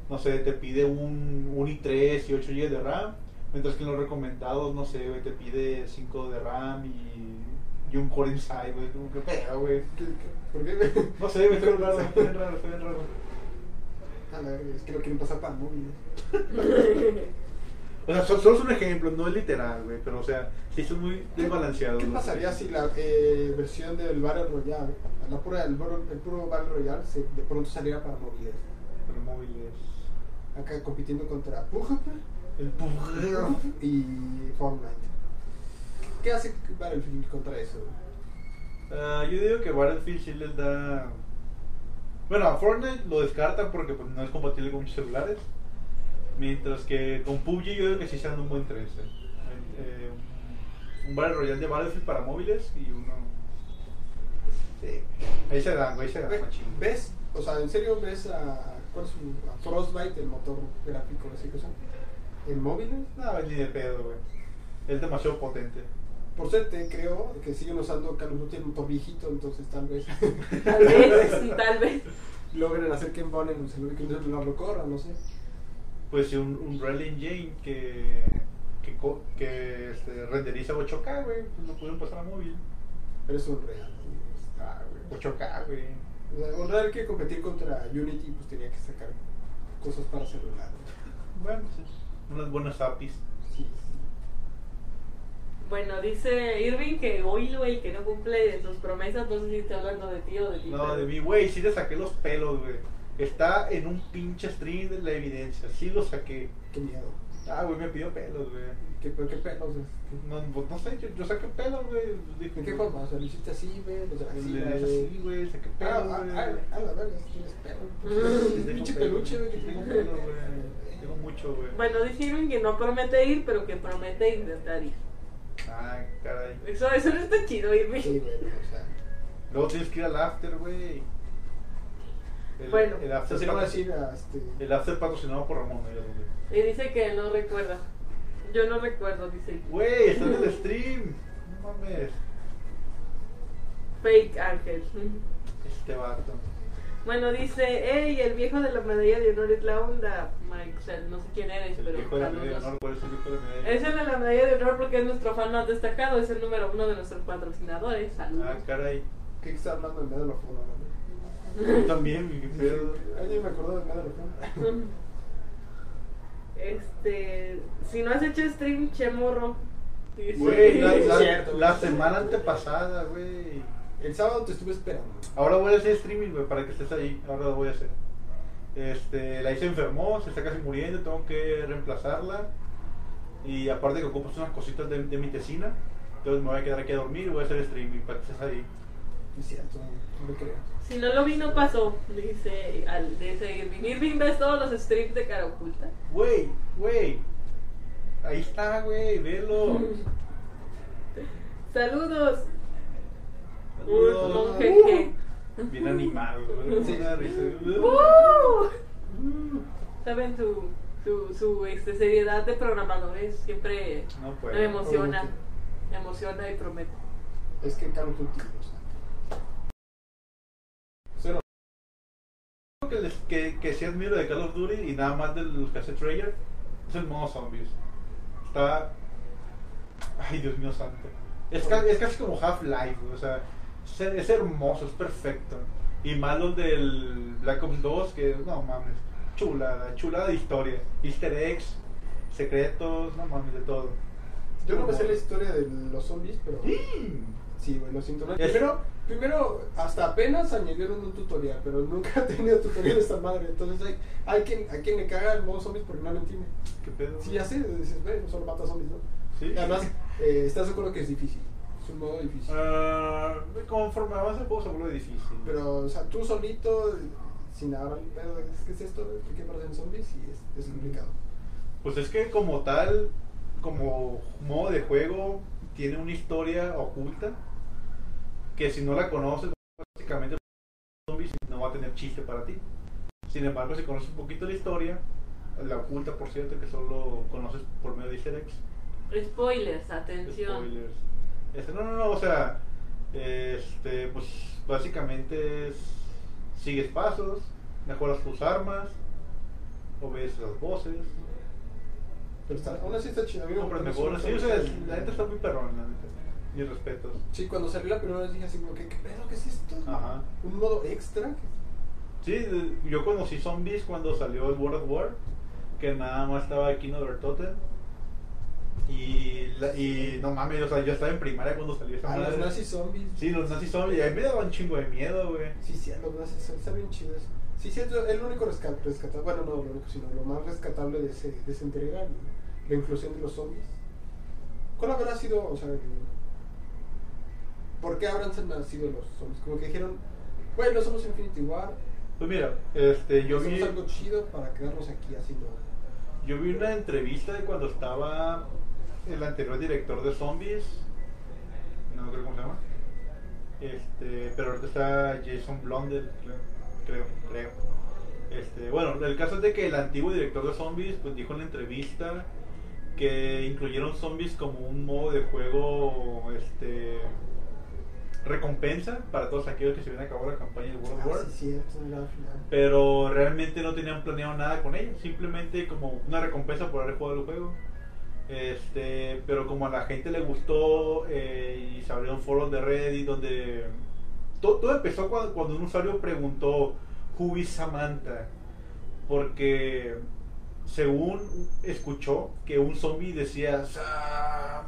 no sé, te pide un, un i3 y 8 GB de RAM, mientras que en los recomendados, no sé, güey, te pide 5 de RAM y, y un Core Inside, güey, como que pega, güey. ¿Qué- qué? ¿Por qué? No sé, güey, estoy bien raro, estoy bien raro, estoy bien raro. A ver, es que lo quieren pasar para móviles. O sea, solo, solo es un ejemplo, no es literal, güey, pero o sea, sí es muy desbalanceado. ¿Qué ¿no? pasaría si la eh, versión del Battle Royale, la pura, el, bar- el puro Battle Royale, se, de pronto saliera para móviles? Pero el móvil es... Acá compitiendo contra PUBG El pujero. y Fortnite. ¿Qué hace Battlefield contra eso? Ah, yo digo que Battlefield sí les da. Bueno, a Fortnite lo descartan porque pues, no es compatible con muchos celulares. Mientras que con PUBG yo digo que sí se dan un buen 13. un Battle Royale de Battlefield para móviles y uno. Sí. Ahí se dan, güey, ahí se dan. Ve- machín. ¿Ves? O sea, ¿en serio ves a, cuál es su, a Frostbite, el motor gráfico, no sé qué usan? ¿En móviles? No, ni de pedo, güey. Es demasiado potente. Por suerte, creo que siguen usando Call of Duty el motor viejito, entonces tal vez Tal vez, sí, tal vez. logren hacer que embonen un celular que no lo corra, no sé. Pues sí, un, un Rally Engine que. que, co- que este, renderiza 8K, güey. Pues lo pudieron pasar a móvil. Pero es un real. Ah, güey. 8K, güey. O sea, un real que competir contra Unity, pues tenía que sacar cosas para celular. pues, Bueno, sí. Unas buenas APIs. Sí, sí. Bueno, dice Irving que Oilo, el que no cumple sus promesas, no sé si está hablando de ti o de ti. No, pero- de mí, güey, sí le saqué los pelos, güey. Está en un pinche stream de la evidencia. Sí lo saqué. Qué miedo. Ah, güey, me pidió pelos, güey. ¿Qué, pero qué pelos? güey. No, pues, no sé, yo, yo saqué pelos, güey. Dijo, ¿De qué forma? O sea, lo hiciste así, güey, los de la Le axila, hice güey. así, güey, saqué Ah, pelos, ah, güey. ah, ah, la verga, sí tienes Mm. pelos. Es pinche Tengo peluche, pelos, güey. que Tengo tiene. pelos, güey. Tengo mucho, güey. Bueno, dice Irving que no promete ir, pero que promete intentar ir. Ah, caray. Eso, eso no está chido, Irving. Sí, güey, o sea. Luego tienes que ir al after, güey. El- Bueno. el O sea, after, si le van a patro- decir a este. el after patrocinado por Ramón, mira, güey. Y dice que no recuerda. Yo no recuerdo, dice. Güey, está en el stream. No mames. Fake Ángel. Este vato. Bueno, dice, hey, el viejo de la medalla de honor es la onda. Mike, o sea, no sé quién eres, El pero viejo de la saludos. medalla de honor. ¿Cuál es el viejo de la medalla? Es el de la medalla de honor porque es nuestro fan más destacado, es el número uno de nuestros patrocinadores. Saludos. Ah, caray. ¿Qué está hablando de Medal of Honor, güey? Yo también, mi pedo. Alguien me acordó de Medal of Honor. Este, si no has hecho stream, che morro. Dice. Güey, la, es la- cierto, la güey. semana antepasada, güey. El sábado te estuve esperando. Ahora voy a hacer streaming, güey, para que estés ahí. Ahora lo voy a hacer. Este, la hija se enfermó, se está casi muriendo, tengo que reemplazarla. Y aparte que ocupo unas cositas de, de mi tesina, entonces me voy a quedar aquí a dormir y voy a hacer streaming para que estés ahí. Es cierto, no me creo. Si no lo vi, no pasó. Dice, al, dice Irving. Irving, ves todos los streams de cara oculta. Güey, güey. Ahí está, güey, velo. Saludos. Saludos. Uh. Un jeje. Bien animado, güey. Sí. Una risa. ¡Uh! Saben su, su, su este, seriedad de programadores siempre No me puedo. emociona. obviamente. Me emociona y promete. Es que Carlos Tutti, o sea. Cero. que, les- que, que sí admiro de Call of Duty y nada más de los que hace Treyarch es el modo zombies. Está. Ay, Dios mío santo. Es, ca- es casi como Half-Life, güey, o sea, es, es hermoso, es perfecto. Y más los del Black Ops 2, que no mames, chulada, chulada de historia. Easter eggs, secretos, no mames, de todo. Yo no me sé la historia de los zombies, pero. Sí, güey, lo siento. Primero, primero, hasta apenas añadieron un tutorial, pero nunca he tenido tutorial esta madre. Entonces hay, hay, quien, hay quien le caga el modo zombies porque no lo entiende. ¿Qué pedo? Sí, ya sé, dices, güey, pues, solo mata zombies, ¿no? Sí. Y además, eh, estás de acuerdo que es difícil. Es un modo difícil. Ah, conforme avanza el juego se vuelve difícil. Pero, o sea, tú solito, sin agarrar el pedo, es que es esto, güey? ¿por qué parecen zombies? Y es, es complicado. Pues es que como tal, como modo de juego, tiene una historia oculta que si no la conoces, básicamente zombies no va a tener chiste para ti. Sin embargo, si conoces un poquito la historia, la oculta por cierto que solo conoces por medio de easter eggs, Spoilers, atención. spoilers. Este, no, no, no, o sea, este, pues básicamente es, sigues pasos, mejoras tus armas, obedeces las voces. Pero está, aún así está chido. A mí me No, pero gustan me los acuerdo, sí, o zombies. sea, es- la gente está muy perrona, la neta. Mis respetos. Sí, cuando salió la primera vez dije así como que, ¿qué pedo? ¿Qué es esto? Ajá. Un modo extra. Sí, de- yo conocí zombies cuando salió el World of War, que nada más estaba Kino de Bertoten. Y, la- y no mames, o sea, yo estaba en primaria cuando salió esa Ah, los madre. nazis zombies. Sí, los nazis zombies, y a mí me daban un chingo de miedo, güey. Sí, sí, los nazis son- está bien chido eso. Sí, sí, es lo- el único rescatable, bueno, no lo único, sino lo más rescatable de, ese, de esa entrega, ¿no? la inclusión de los zombies. ¿Cuál habrá sido, o sea, el- por qué habrán nacido los zombies? Como que dijeron, bueno, somos Infinity War, Pues mira, este, yo hacemos vi, algo chido para quedarnos aquí haciendo... yo vi una entrevista de cuando estaba el anterior director de zombies, no creo cómo se llama, este, pero ahorita está Jason Blondel, creo, creo, creo. Este, bueno, el caso es de que el antiguo director de zombies pues dijo en la entrevista que incluyeron zombies como un modo de juego este recompensa para todos aquellos que se habían acabado la campaña de World of War. Ah, sí, cierto, era al final. Pero realmente no tenían planeado nada con ellos, simplemente como una recompensa por haber jugado el juego. Este, pero como a la gente le gustó eh, y se abrieron foros de Reddit donde todo, todo empezó cuando, cuando un usuario preguntó Who is Samantha? Porque según escuchó que un zombie decía Sam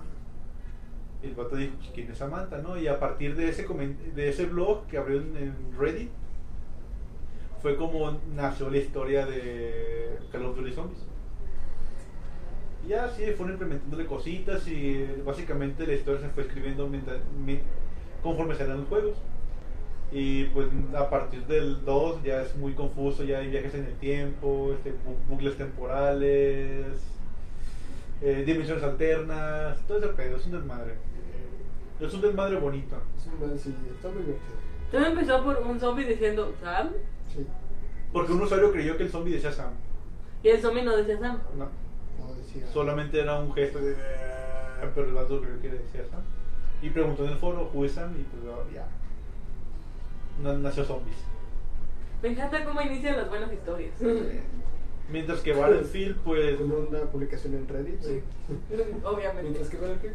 Y el vato dijo, pues, ¿quién es Samantha? ¿no? Y a partir de ese, comen- de ese blog que abrió en, en Reddit, fue como nació la historia de Call of Duty Zombies. Y ya sí, fueron implementándole cositas y eh, básicamente la historia se fue escribiendo mientras- mi- conforme salían los juegos. Y pues a partir del 2 ya es muy confuso, ya hay viajes en el tiempo, este, bu- bucles temporales, eh, dimensiones alternas, todo ese pedo, es un desmadre. Es un desmadre bonito. Es un buen- sí, está muy divertido. Todo empezó por un zombie diciendo Sam Sí. Porque un usuario creyó que el zombie decía Sam. y el zombie no decía Sam. No, No, decía- solamente era un gesto de... Pero el vato creyó que decía Sam. Y preguntó en el foro, ¿who is Sam? Y pues ya. Na- Nació zombies. Me encanta cómo inician las buenas historias. Mientras que Battlefield, pues... Con una publicación en Reddit. Sí. Obviamente. Mientras que para el fin.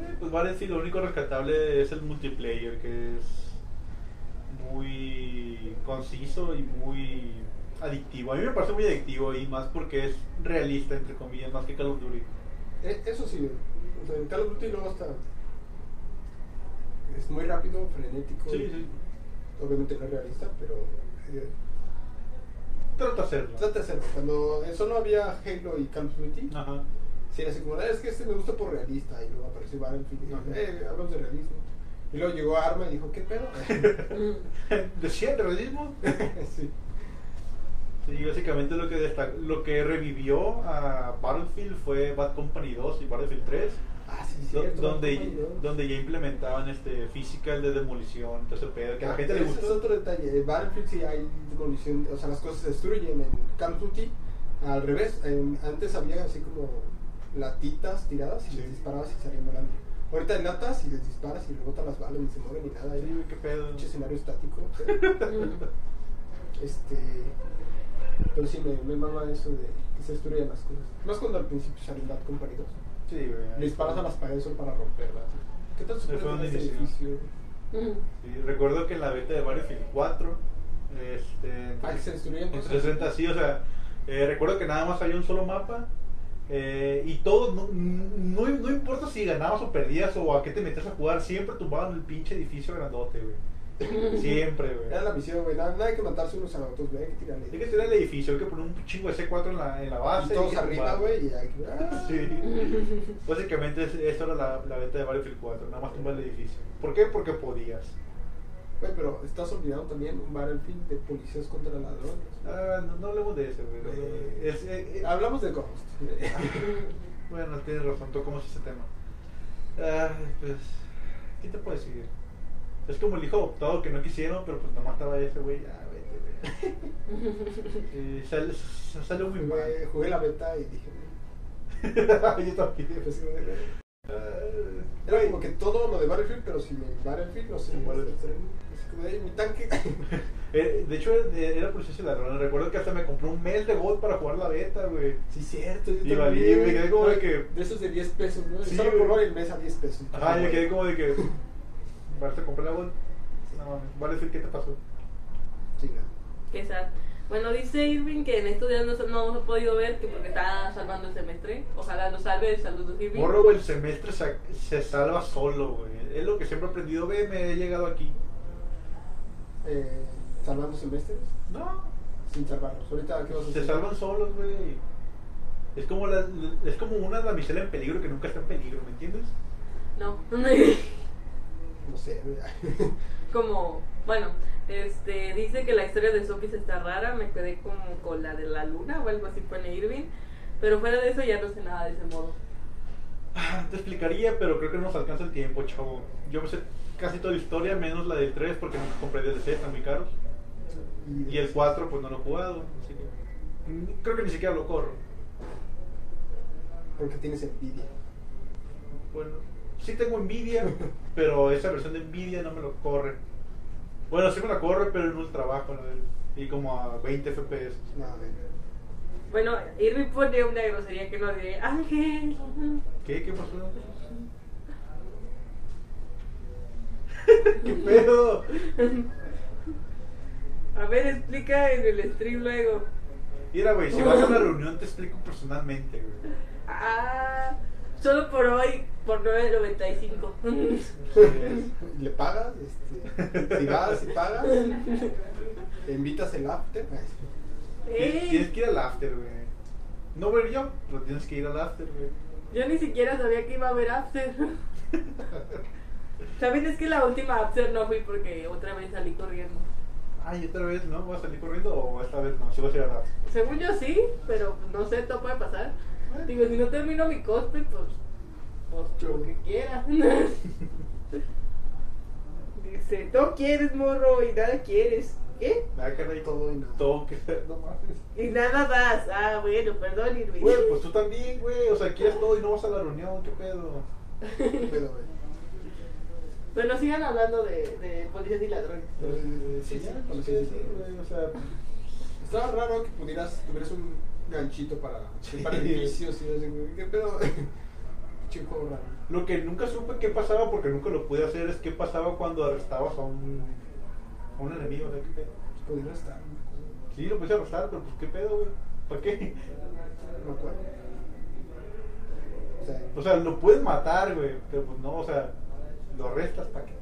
Eh, Pues Battlefield lo único rescatable es el multiplayer, que es muy conciso y muy adictivo. A mí me parece muy adictivo y más porque es realista, entre comillas, más que Call of Duty. Eh, eso sí, o sea, en Call of Duty luego está. Es muy rápido, frenético. Sí, sí. Obviamente no es realista, pero. eh, Trata de hacerlo. trata de hacerlo. Cuando eh, solo había Halo y Call of Duty, Ajá. sí era así como, "Ah, es que este me gusta por realista. Y luego apareció Battlefield y dijo, Ajá. eh, hablamos de realismo. Y luego llegó Arma y dijo, ¿qué pedo? ¿Decía el realismo? sí. Sí, básicamente lo que, destac- lo que revivió a Battlefield fue Bad Company 2 y Battlefield 3. Ah, sí, do- cierto. donde, donde ya implementaban este física de demolición, todo ese pedo, que a la gente le Ah, Ese es gustó. otro detalle. En Battlefield sí hay demolición, o sea, las cosas se destruyen. En Call of Duty, al revés, en- antes había así como latitas tiradas y Sí. les disparabas y salían volando. Ahorita hay latas y les disparas y rebotan las balas y se mueven y nada. Sí, Es güey, qué pedo. un escenario estático. este. Pero sí, me, me mama eso de que se destruyan las cosas. Más cuando al principio salen Bad Company 2. Sí, güey. Le disparas a las paredes solo para romperlas. ¿Qué tal Fue supone donde este inició. edificio? Sí, recuerdo que en la beta de Battlefield 4, este, Ah, que se destruyen en cosas. 60 sí, o sea, eh, recuerdo que nada más había un solo mapa eh, y todo, no, no, no importa si ganabas o perdías o a qué te metías a jugar, siempre tumbaban el pinche edificio grandote, güey. Siempre, güey. Era la misión, güey. Nada, nada hay que matarse unos a otros, güey. Hay que tirarle. Hay que tirar el edificio, hay que poner un chingo de C4 en la, en la base. Y hay todos que arriba, tumbar. güey. Y hay que. ¡Ah! Sí. Básicamente es- eso era la, la beta de Battlefield 4, nada más tumbar el edificio. ¿Por qué? Porque podías. Güey, pero estás olvidando también un Battlefield de policías contra ladrones. Ah, no, no hablemos de eso, güey. Ah, no, no, es- eh, eh, Hablamos de Ghost. Bueno, tienes razón, tocamos ese tema. Ah, pues, ¿qué te puedo decir? Es como el hijo adoptado que no quisieron, pero pues nomás estaba ese güey, ya, vete, güey. Y sale, s- sale muy mal. Jugué, jugué la beta y dije. Yo también. "Mira, pues, pues, güey". ah, Era güey, como que todo lo de Battlefield, pero sin el Battlefield, no sé. Sin igual Battlefield. Es como de mi tanque. eh, de hecho, era- era proceso de ladrón. Recuerdo que hasta me compré un mes de gold para jugar la beta, güey. sí, cierto. Yo Y también. valí, me quedé como de que- De esos de 10 pesos, ¿no? Sí, Solo güey. por el mes a 10 pesos. Ajá, yo quedé como de que. ¿Vas a comprar la gold? No mames, Battlefield, ¿qué te pasó? Chinga. Qué sad. Bueno, dice Irving que en estos días no, se- no se ha podido ver que porque está salvando el semestre. Ojalá lo salve. Saludos, Irving. Morro, güey, el semestre sa- se salva solo, güey. Es lo que siempre he aprendido. Ve, me he llegado aquí. Eh, ¿Salvando semestres? No, pues, Sin salvarlos. Ahorita, ¿qué vas a hacer? se salvan solos, güey. Es como, la- es como una damisela en peligro que nunca está en peligro, ¿me entiendes? No. No sé, ¿verdad? como, bueno, este, dice que la historia de zombies está rara, me quedé como con la de la luna o algo así pone Irving, pero fuera de eso ya no sé nada de ese modo. Ah, Te explicaría, pero creo que no nos alcanza el tiempo, chavo. Yo me sé casi toda la historia, menos la del 3, porque nunca compré DLC, están muy caros. Y el 4, pues no lo he jugado. así que- Mm, Creo que ni siquiera lo corro. Porque tienes envidia. Bueno, sí tengo envidia, pero esa versión de envidia no me lo corre. Bueno, sí me la corre, pero en un trabajo, ¿no? y como a 20 FPS. No, a ver. Bueno, Irving pone una grosería que no diré, Ángel. ¿Qué? ¿Qué pasó? ¿Qué pedo? A ver, explica en el stream luego. Mira, güey, si vas a una reunión te explico personalmente, güey. Ah, solo por hoy por 9.95. Le pagas, este, si vas, si pagas, te invitas el after. pues, Tienes, tienes Ey, que ir al after, güey. No voy a ir yo, pero tienes que ir al after, güey. yo ni siquiera sabía que iba a haber after. También es que la última after no fui porque otra vez salí corriendo. Ay, otra vez, ¿no? ¿Voy a salir corriendo o esta vez no? Si vas a ir al after. Según yo sí, pero pues, no sé, todo puede pasar. Digo, si no termino mi cosplay, pues, pues lo que quiera. Dice, todo quieres, morro, y nada quieres. ¿Qué? Me da cara y todo, Todo y nada. todo que no mames. Y nada más. Ah, bueno, perdón, Irving. Güey, pues tú también, güey. O sea, quieres todo y no vas a la reunión, qué pedo. Pero, güey. Bueno, sigan hablando de, de policías y ladrones. Eh, sí, Sí, ya, sí, como sí, se dice. sí, güey. O sea, Estaba raro que pudieras, tuvieras un ganchito para Sí. para edificios y así, güey. ¿Qué pedo? Chico raro. lo que nunca supe qué pasaba, porque nunca lo pude hacer, es qué pasaba cuando arrestabas a un, a un enemigo. O sea, qué pedo. Pudiera estar, no Sí, lo puse a arrestar, pero pues qué pedo, güey. ¿Para qué? me acuerdo. O sea, O sea, lo puedes matar, güey. Pero pues no, o sea, lo arrestas, ¿para qué?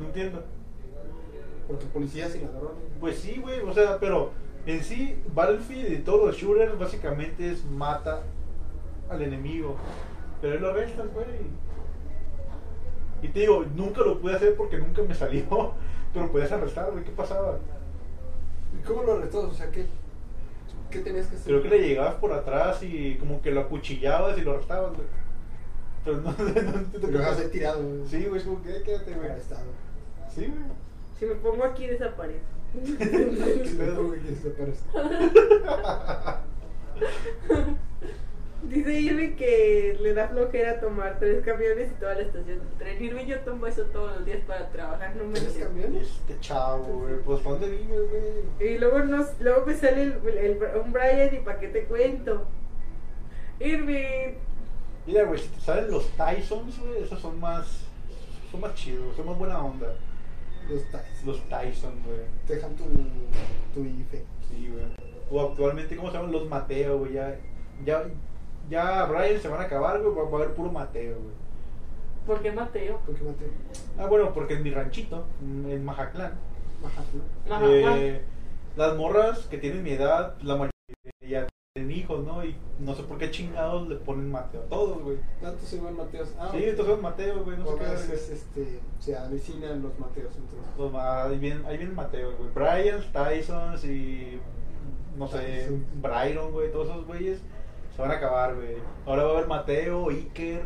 No entiendo. porque policías y ladrones. Pues sí, güey, o sea, pero en sí, Battlefield y todos los shooters básicamente es mata al enemigo. Pero él lo arrestas, güey. Y te digo, nunca lo pude hacer porque nunca me salió. Pero podías arrestar, güey, ¿qué pasaba? ¿Y cómo lo arrestabas? O sea, ¿qué, qué tenías que hacer? Creo que le llegabas por atrás y como que lo acuchillabas y lo arrestabas, güey. Pero no, no te Te lo dejas ahí tirado, güey. Sí, güey, es como que quédate, güey. Arrestado. Sí, güey. Si me pongo aquí, desaparezco. Qué pedo, güey, que desaparece. Dice Irving que le da flojera tomar tres camiones y toda la estación del tren. Irving, yo tomo eso todos los días para trabajar, no me ¿Tienes entiendo. camiones? Este chavo, güey, pues ¿pa' ¿dónde vives, güey? Y luego, nos, luego me sale el, el- un Brian y para qué te cuento. Irving, Mira, güey, si te salen los Tysons, güey, esos son más. Son más chidos, son más buena onda. Los tais. Los Tyson, güey. Te dejan tu, tu E. IFE. Sí, güey. O actualmente, ¿cómo se llaman? Los Mateo, güey. Ya, ya, ya Brian se van a acabar, güey. Va va a haber puro Mateo, güey. ¿por qué Mateo? ¿Por qué mate? Ah, bueno, porque en mi ranchito, en en Majatlán, Ajá, ¿no? Majahual. eh, las morras que tienen mi edad, la mayoría ya tienen hijos, ¿no? Y no sé por qué chingados le ponen Mateo a todos, güey. Tantos Iván Mateos. Ah, sí, entonces son Mateo, güey. No sé qué. Entonces, verga. es, este, se avecinan los Mateos, entonces. Pues va, ahí viene, ahí viene Mateo, güey. Brian, Tyson y. No sé, Tyson. Byron, güey. Todos esos güeyes se van a acabar, güey. Ahora va a haber Mateo, Iker.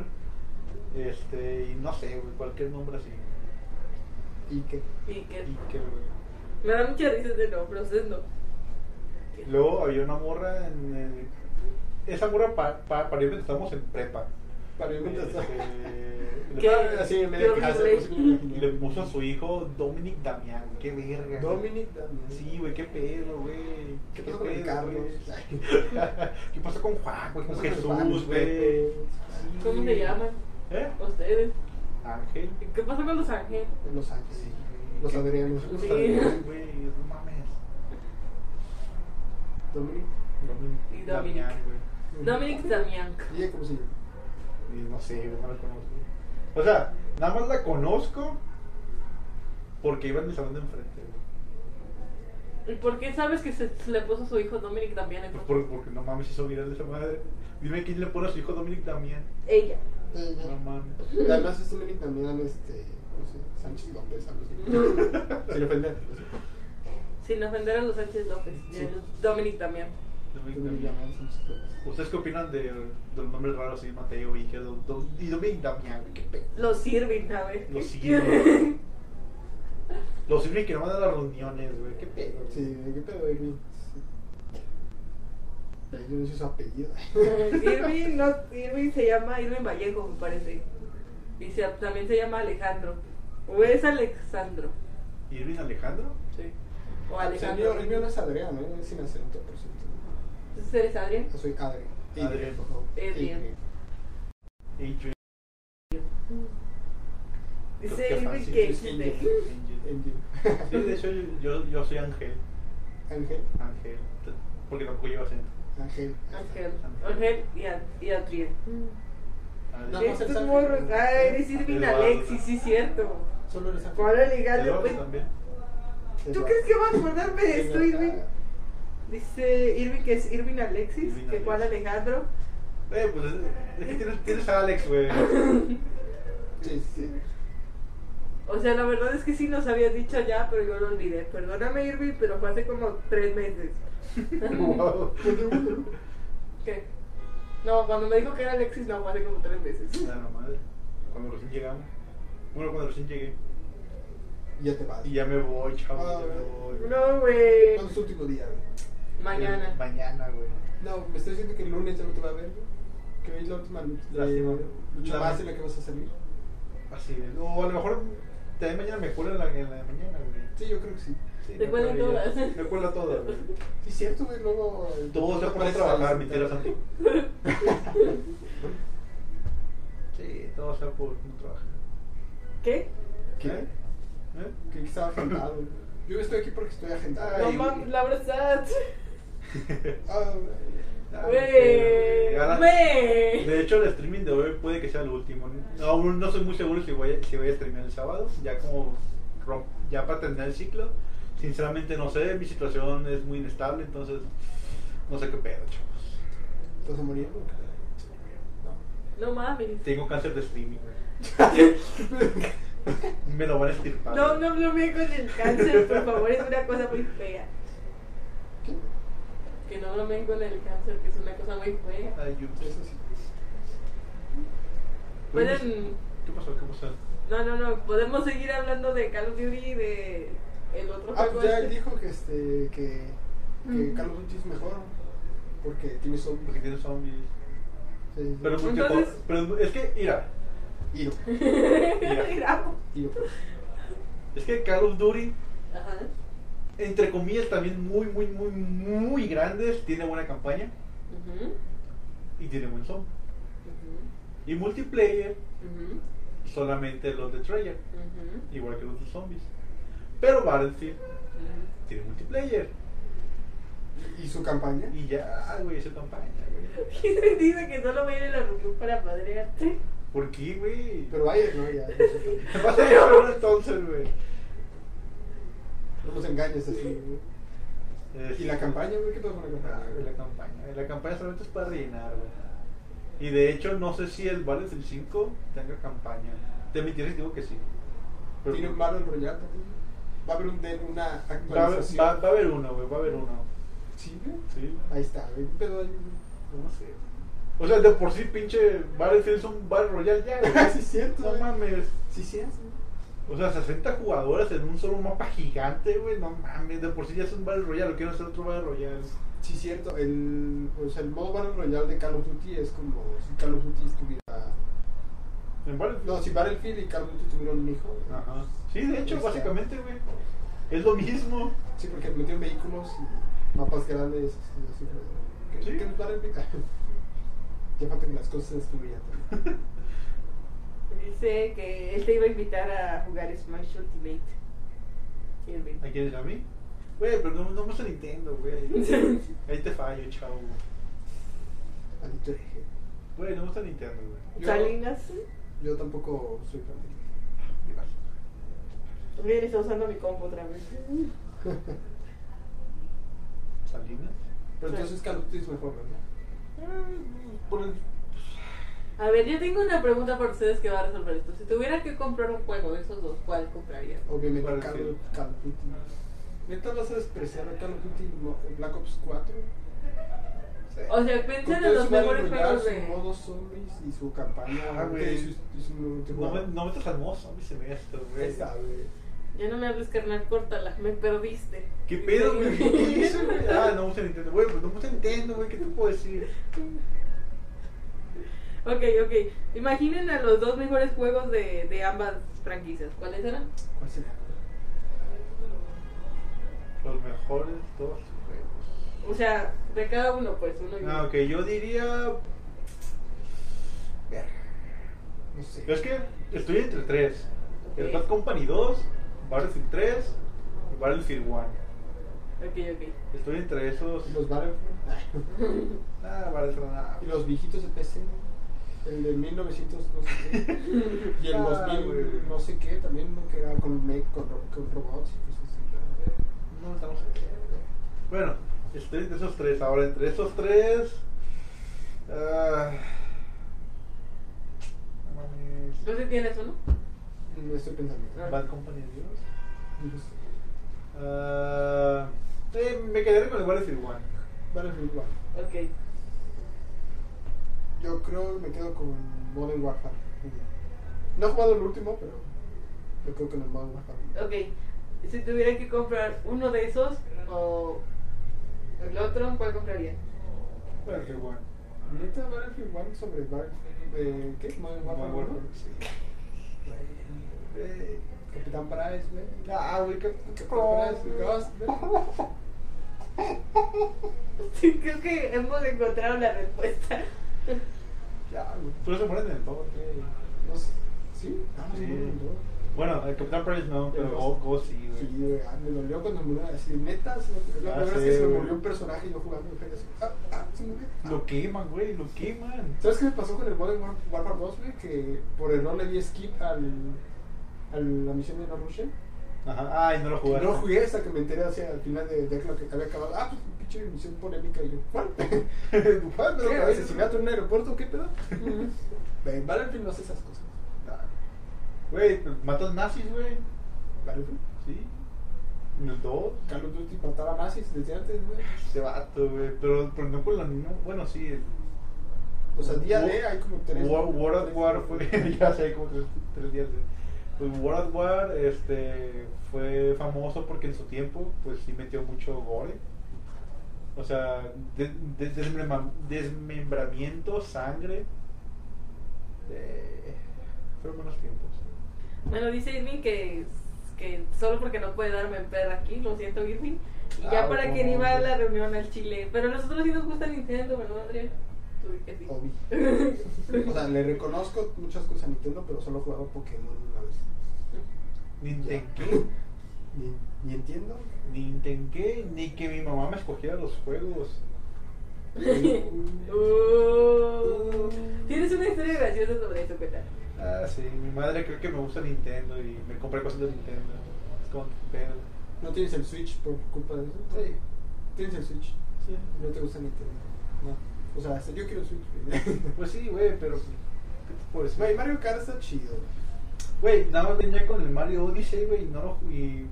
Este, y no sé, güey. Cualquier nombre así. ¿Y qué? Y que Iker, güey. me da mucha risa de no, pero ustedes no. Luego había una morra en el. Esa morra pa, pa, parió mientras estábamos en prepa. Para mí, Este, ¿Qué? le- Así en Qué medio de casa, horrible. pues, me y imagino. le puso a su hijo Dominic Damián. güey, Qué verga. Dominic también. Sí, güey, qué pedo, güey. Qué ¿Qué pasó con el pedo, Carlos? güey. ¿Qué pasó con Juan, güey? Con Jesús, güey. güey. Sí. ¿Cómo se llaman ¿Eh? ustedes? Ángel. ¿Qué pasa con los ángeles? Los Ángeles. güey. Los ¿Qué- Adrianos. Los Sí. Adrianos, güey. No mames. Dominic. Y Dominic. Damián, güey. Dominic Damián. ¿Y ella cómo se llama? Y no sé, güey, no la conozco. O sea, nada más la conozco porque iba en mi salón de enfrente, güey. ¿Y por qué sabes que se, se le puso a su hijo Dominic Damián? Pues entonces? por- porque no mames hizo viral esa madre. Dime quién le pone a su hijo Dominic Damián. Ella. No mames. Y Además, es Dominic también, este, no sé, Sánchez López, algo así. Sin ofender. pues, Sin ofender a los Sánchez López. Sí. Dominic Damián. Dominic me Damián. llaman Sánchez López. ¿Ustedes qué opinan de, de los nombres raros así, Mateo, Ike, Do- Do- y Dominic Damián? güey? ¿Qué pedo? Los sirven, a ver. Los sirven. Los sirven que no van a las reuniones, güey. ¿Qué pedo? güey? Sí, ¿qué pedo, Irving? Sí. Yo no sé su apellido. Irving, no, Irving se llama Irving Vallejo, me parece. Y se- también se llama Alejandro. O es Alexandro. ¿Irving Alejandro? Sí. O Ah, pues El mío, Alejandro. el mío no es Adrián, ¿eh? es sin acento, por cierto. Entonces eres Adrián. Yo soy Adrián. Adrián. por favor. Adrián. Adrian. Dice Qué Irving fácil, que sí, existe. sí, Angel. Adrián. Sí, de hecho, yo, yo soy Ángel. Ángel. Ángel. t- Porque tampoco llevo acento. Ángel. Ángel. Ángel y, Ad- y Adrián. Ah, No, Que pues, Estos el morros. Sanfi. Ay, eres Irving Eduardo. Alexis, sí, cierto. Solo eres Sanfi. Pablo Ligal, Eduardo pues, también. ¿Tú crees que vas a acordarme de esto, Irving? Dice Irving que es Irving Alexis, Irving que Juan Alexis. Alejandro. Eh, pues es- es que tienes, tienes a Alex, güey. Sí, sí. O sea, la verdad es que sí nos habías dicho ya, pero yo lo olvidé. Perdóname, Irving, pero fue hace como tres meses. Wow. ¿Qué? No, cuando me dijo que era Alexis, no, fue hace como tres meses. Ah, no, madre. Cuando recién llegamos. Bueno, cuando recién llegué. Ya te vas. Y ya me voy, chavos. Ah, ya me güey. voy. No, güey. ¿Cuándo es tu último día, güey? Mañana. Mañana, güey. No, me estás diciendo que el lunes ya no te va a ver, güey. Que hoy es la última lucha, Lástima. lucha La- más en la que vas a salir. Así es. O a lo mejor también mañana me cura en la, en la de mañana, güey. Sí, yo creo que sí. Sí, Te me cuelgan cuela ya. todas. Me cuela todas, güey. Sí, es cierto, güey, luego... eh, Todo se pone a no apareces trabajar, al- mi tía Santi. Sí, todo sea por no trabajar. ¿Qué? ¿Qué? ¿Eh? ¿Eh? Que estaba agendado. güey. Yo estoy aquí porque estoy agendado. No Ay, mames, güey. Laura Sat. Ah, ¿Eh? Ah, Güey. sí, ahora- Güey. De hecho, el streaming de hoy puede que sea el último. ¿no? Aún no soy muy seguro si voy a, si voy a streamear el sábado, ya como rom- ya para terminar el ciclo. Sinceramente no sé, mi situación es muy inestable, entonces no sé qué pedo, chavos. ¿Estás a morir? güey? No mames. Tengo cáncer de streaming. Me lo van a estirpar. No, no bromeé con el cáncer, por favor, es una cosa muy fea. ¿Qué? Que no bromeen con el cáncer, que es una cosa muy fea. Ay, yo- Eso sí. Pueden. ¿Qué pasó? ¿Qué pasó? No, no, no, podemos seguir hablando de Call of Duty y de. El otro Ah, juego. pues ya él este. dijo que, este, que, que Mm. Carlos Duty es mejor porque tiene zombies. Porque tiene zombies. Sí, sí, sí. Pero, es muy Entonces- tipo- pero es que, mira, Iro, Grabo. Iro. es que Call of Duty Ajá. entre comillas también muy, muy, muy, muy grandes, tiene buena campaña Ujú, y tiene buen son. ujú, Y multiplayer, ujú, solamente los de Treyarch, ujú, igual que los de zombies. Pero Battlefield tiene multiplayer. ¿Y su campaña? Y ya, güey, esa campaña, güey. ujú. Y te dice que solo viene la reunión para padrearte. ¿Por qué, güey? Pero vaya, no, ya. No, Vas a llorar entonces, güey. no nos engañes así. güey. ¿Y la Este, campaña, güey? ¿Qué pasa con la Ah, güey, la campaña? campaña. La campaña solamente es para rellenar, güey. Y de hecho, no sé si el Battlefield 5 tenga campaña. Te mentiré si digo que sí. Pero- ¿Tiene un Battle Royale también? ¿Va a haber un, de- una Va, a haber- actualización? va- va a haber uno, güey, va a haber uno. Sí, güey. Sí, Ahí está, güey. Pero ahí... no sé. O sea, de por sí, pinche Battlefield es un Battle Royale ya, güey. Ah, sí, es cierto. No güey. mames. Sí, sí, es, güey. O sea, 60 jugadoras en un solo mapa gigante, güey. No mames, de por sí ya es un Battle Royale. Quiero hacer otro Battle Royale. Sí, es cierto. El, o sea, el modo Battle Royale de Call of Duty es como si Call of Duty estuviera. En Battlefield. No, si Battlefield y Call of Duty tuvieran un hijo. güey. Ajá. Sí, de hecho, Este- básicamente, güey. Es lo mismo. Sí, porque metieron vehículos y mapas grandes. este, y así, güey. ¿Qué, Sí. qué nos van a invitar? Ya falta que las cosas se destruyan. güey. Dice que él te iba a invitar a jugar Smash Ultimate. Irving. ¿A quién es a mí? Güey, pero no, no me gusta Nintendo, güey. Ahí te fallo, chavo. Al dicho eje. Güey, no me gusta Nintendo, güey. Yo- Salinas. Yo tampoco soy fan de ¿Qué pasa? Mira, está usando mi combo otra vez. Salinas. Pero entonces Call of Duty es mejor, ¿verdad? Por el- A ver, yo tengo una pregunta para ustedes que va a resolver esto. Si tuviera que comprar un juego de esos dos, ¿cuál compraría? Obviamente Para el Call, cielo. Call of Duty. ¿Neta vas a despreciar a Call of Duty Mo- Black Ops 4? O sea, Con piensen en todo los su Battle mejores Royale, juegos su de. modo zombies y su campaña. Ah, güey, güey. y su- y su No multijugador. me, no metas al mozo, a mí se me esto, Ahí güey. está, güey. Ya no me hables, carnal, córtala. Me perdiste. ¿Qué pedo, güey? ¿Qué hizo, güey? Ah, no me gusta Nintendo. Güey, pues no me gusta Nintendo, güey. ¿Qué te puedo decir? Ok, ok. Imaginen a los dos mejores juegos de, de ambas franquicias. ¿Cuáles eran? ¿Cuál será? Los mejores dos juegos. O sea, de cada uno, pues uno y Ah, uno. ok, yo diría. No sé. Es que estoy entre tres: el Ok. Bad Company 2, Battlefield 3 y Battlefield 1. Ok, ok. Estoy entre esos. ¿Y los Battlefield? Ah, Battlefield, nada. ¿Y los viejitos de PC? El de 1900 no sé qué. Y el Ah, 2000 güey. no sé qué también, ¿no? Que era con, me- con, ro- con robots y cosas así. No, estamos Bueno, estoy entre esos tres. Ahora, entre esos tres. ah, no mames. ¿No sé tienes uno? No estoy pensando. Bad Company Dios. Entonces, Ah, eh, me quedaré con el Battlefield One. Battlefield One. Ok. Yo creo que me quedo con Modern Warfare. No he jugado el último, pero yo creo que en el Modern Warfare. Ok. Si tuviera que comprar uno de esos o el otro, ¿cuál compraría? Battlefield One. ¿Neta Battlefield 1 sobre Bar eh, ¿Qué? Modern Warfare. Modern Warfare, uno? sí. Eh, Capitán Price, güey. Oh. Ah, güey, qué, qué Capitán Price, Ghost, güey. Sí, creo que hemos encontrado la respuesta. Ya, güey. Pero se mueren en el pavo, No sé. ¿Sí? Ah, no, Sí. sí. Bueno, el Capitán Price no, pero El Go, Ghost. Go sí, güey. Sí, güey, ah, me dolió cuando murió así, neta, es la Ah, primera sí, vez que se me güey. murió un personaje y yo jugando, güey, así, ah, ah, se murió. Ah. Lo queman, güey, lo queman. ¿Sabes qué me pasó con el Modern War- Warfare 2, güey? Que por error le di skip al, a la misión de No Russian. Ajá, ay, no lo jugaste. No jugué hasta que me enteré hacia el final de, de lo que había acabado. Ah, pues pinche misión polémica. Y yo, ¿cuál? ¿Cuál? ¿Qué? ¿Pero asesinato en un aeropuerto? ¿Qué pedo? Ve, Battlefield no hace esas cosas. Ah, Güey, pues, matas nazis, güey. Battlefield, Sí. En el 2. Call of Duty mataba nazis desde antes, güey. Este vato, güey. Pero, pero no con la misma. Bueno, sí. el- O sea, día War- de hay como tres. War, War at tres- War fue. ya sé, como tres, tres días. güey. Pues War at War este, fue famoso porque en su tiempo, pues sí metió mucho gore. O sea, de- de- desmembra- desmembramiento, sangre. Eh, fueron buenos tiempos. Bueno, dice Irving que, que solo porque no puede darme en perra aquí, lo siento Irving. Y Ah, ya para que ni va a bueno. la reunión al Chile. Pero a nosotros sí nos gusta Nintendo, ¿verdad, Adrián? Tú di que sí. Hobby. O sea, le reconozco muchas cosas a Nintendo, pero solo he jugado Pokémon una vez. Nintendo. Ni, ni entiendo. Nintendo, ni que mi mamá me escogiera los juegos. Uh, Tienes una historia graciosa sobre eso, cuéntala. Ah, sí, mi madre creo que me gusta Nintendo y me compré cosas de Nintendo. Es como pero ¿No tienes el Switch por culpa de eso? Sí, ¿Tienes el Switch? sí. No te gusta Nintendo. No. O sea, hasta yo quiero el Switch. güey. Pues sí, güey, pero. ¿Qué te puedo decir? Güey, Mario Kart está chido. Güey, nada más venía con el Mario Odyssey, güey, y no lo. ju- Y...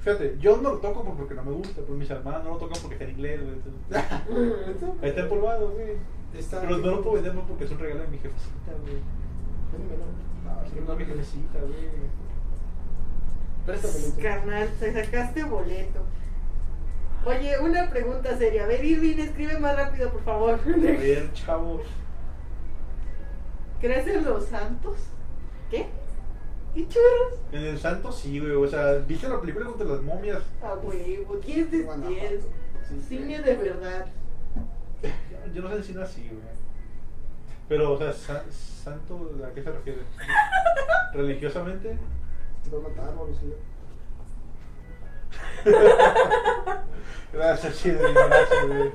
Fíjate, yo no lo toco por- porque no me gusta, pero mis hermanas no lo tocan porque está en inglés, güey. entonces- Está empolvado, güey. Está Pero no lo puedo vender porque es un regalo de mi jefecita, güey. Véndemelo. No, es que no es mi jefecita, güey. Préstamelo tú. Carnal, te sacaste boleto. Oye, una pregunta seria. A ver, Irving, escribe más rápido, por favor. A ver, chavos. ¿Crees en los santos? ¿Qué? ¿Y churros? En el Santo sí, güey. O sea, ¿viste la película contra las momias? A huevo, 10 de Guanajuato. 10. Sí, Cine de verdad. Yo no sé si no así, güey. Pero, o sea, san- santo, ¿a qué se refiere? ¿Religiosamente? Te va a matar, o algo Gracias, chido, gracias, güey.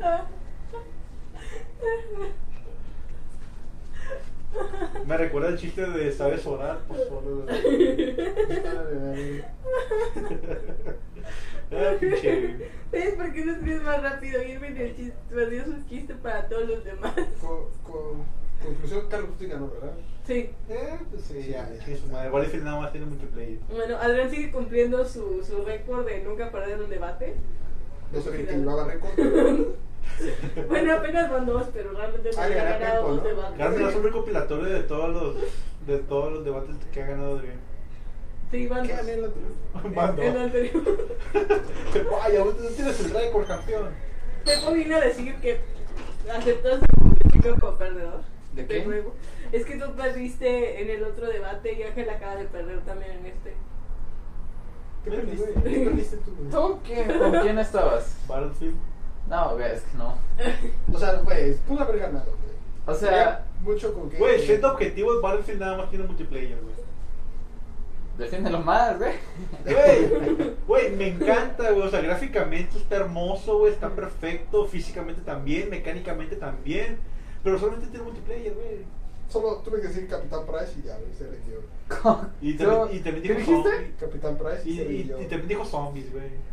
Me recuerda el chiste de ¿sabes orar? Pues, Por favor. Ah, pinche, güey. ¿Sabes por qué no escribes más rápido? Irving el chiste, perdió su chiste para todos los demás. Con, con, conclusión, Carlos Duty ganó, ¿verdad? Sí. Eh, pues Sí, ya, chingue su madre. Battlefield nada más tiene multiplayer. Bueno, Adrián sigue cumpliendo su, su récord de nunca perder un debate. No sabía que llevaba récord. Bueno, apenas van dos, pero realmente no Ah, había ganar ganado tiempo, dos ¿no? debates. Carmen, haz un recopilatorio de todos los, de todos los debates que ha ganado Adrián. Sí, van ¿Qué dos. gané el anterior? Van El dos. anterior. Vaya, ahorita tú tienes el récord, campeón. Pepo vino a decir que aceptaste como testigo como perdedor. ¿De qué? nuevo. Es que tú perdiste en el otro debate y Ángel acaba de perder también en este. ¿Qué perdiste? ¿Qué perdiste tú? güey? ¿Tú qué? ¿Con quién estabas? Battlefield. No, güey, es que no. O sea, güey, pudo haber ganado, güey. O sea, Tenía mucho con que. Güey, siendo objetivos, Battlefield nada más tiene multiplayer, güey. defiéndelo más, güey. Güey, güey, me encanta, güey. O sea, gráficamente está hermoso, güey, está perfecto. Físicamente también, mecánicamente también. Pero solamente tiene multiplayer, güey. solo tuve que decir Capitán Price y ya, güey, se rindió. Y Yo- también, y también ¿Qué dijo dijiste? zombies. Capitán Price Y, y, se y, rindió. y también dijo zombies, güey.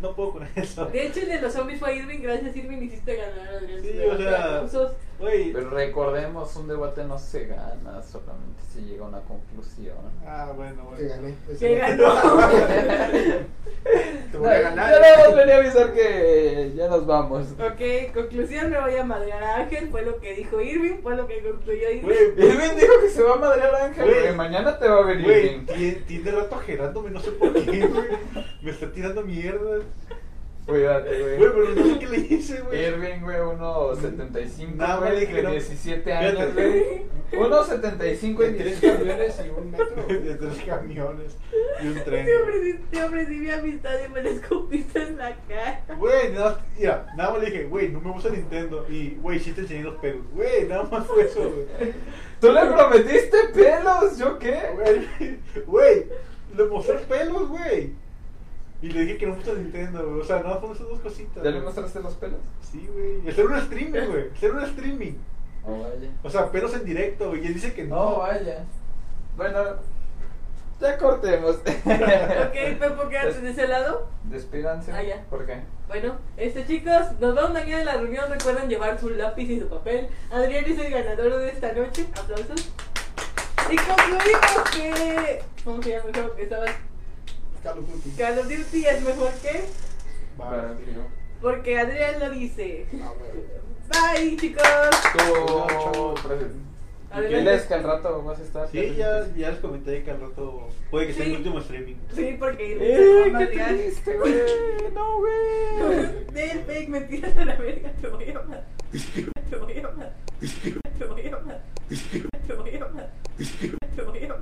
No puedo con eso. De hecho, el de los zombies fue Irving. Gracias, Irving. Hiciste ganar, Adrián. Sí, o sea, Aplausos. Güey. Pero recordemos, un debate no se gana, solamente se llega a una conclusión. Ah, bueno, bueno. Que gané. ese Que día. ganó. Te voy a ganar. Yo nada más venía a avisar que ya nos vamos. Ok, conclusión, me voy a madrear a Ángel, fue lo que dijo Irving, fue lo que concluyó Irving. Güey, pues, Irving dijo que se va a madrear Ángel. Güey. güey, mañana te va a venir. Güey, tiene, tiene rato ajerándome, no sé por qué, güey. Me está tirando mierda. Cuídate, Güey, güey. pero no sé qué le hice, güey. Irving, güey, 1.75, Nada, güey, güey, que de no. 17 Fíjate. años, güey. 1.75 Con y tres 17 camiones y un metro. De tres camiones y un tren. Te ofrecí, te ofrecí mi amistad y me la escupiste en la cara. Güey, nada, más- mira, nada más le dije, güey, no me gusta Nintendo. Y, güey, sí te enseñé los pelos. Güey, nada más fue eso, güey. ¿Tú le prometiste pelos? ¿Yo qué? Güey, Güey, le mostré pelos, güey. Y le dije que no me gusta Nintendo, güey. O sea, nada más fueron esas dos cositas. ¿Ya le güey. mostraste los pelos? Sí, güey. Hacer un streaming, güey. Hacer un streaming. Oh, vaya. O sea, pelos en directo, güey. Y él dice que no. No, vaya. Bueno, ya cortemos. Ok, Pepo, quédate de ese lado. Despídanse. Ah, ya. ¿Por qué? Bueno, este chicos, nos vamos mañana a la reunión. Recuerden llevar su lápiz y su papel. Adrián es el ganador de esta noche. Aplausos. Y concluimos que. ¿Cómo se llama el juego que estaba? Call of Duty. Call of Duty es mejor que. Va, Para- tío. Porque Adrián lo dice. Ah, bueno. Bye, chicos. Tú, presen- Diles que al rato vas a estar. Sí, ya, ya les comenté que al rato puede que sea Sí. el último streaming. Sí, porque. ¡Eh, qué Adrián- triste, güey! ¡No, güey! Del fake, me tiras a la verga, te voy a matar. Te voy a matar. Te voy a matar. Te voy a matar. Te voy a matar.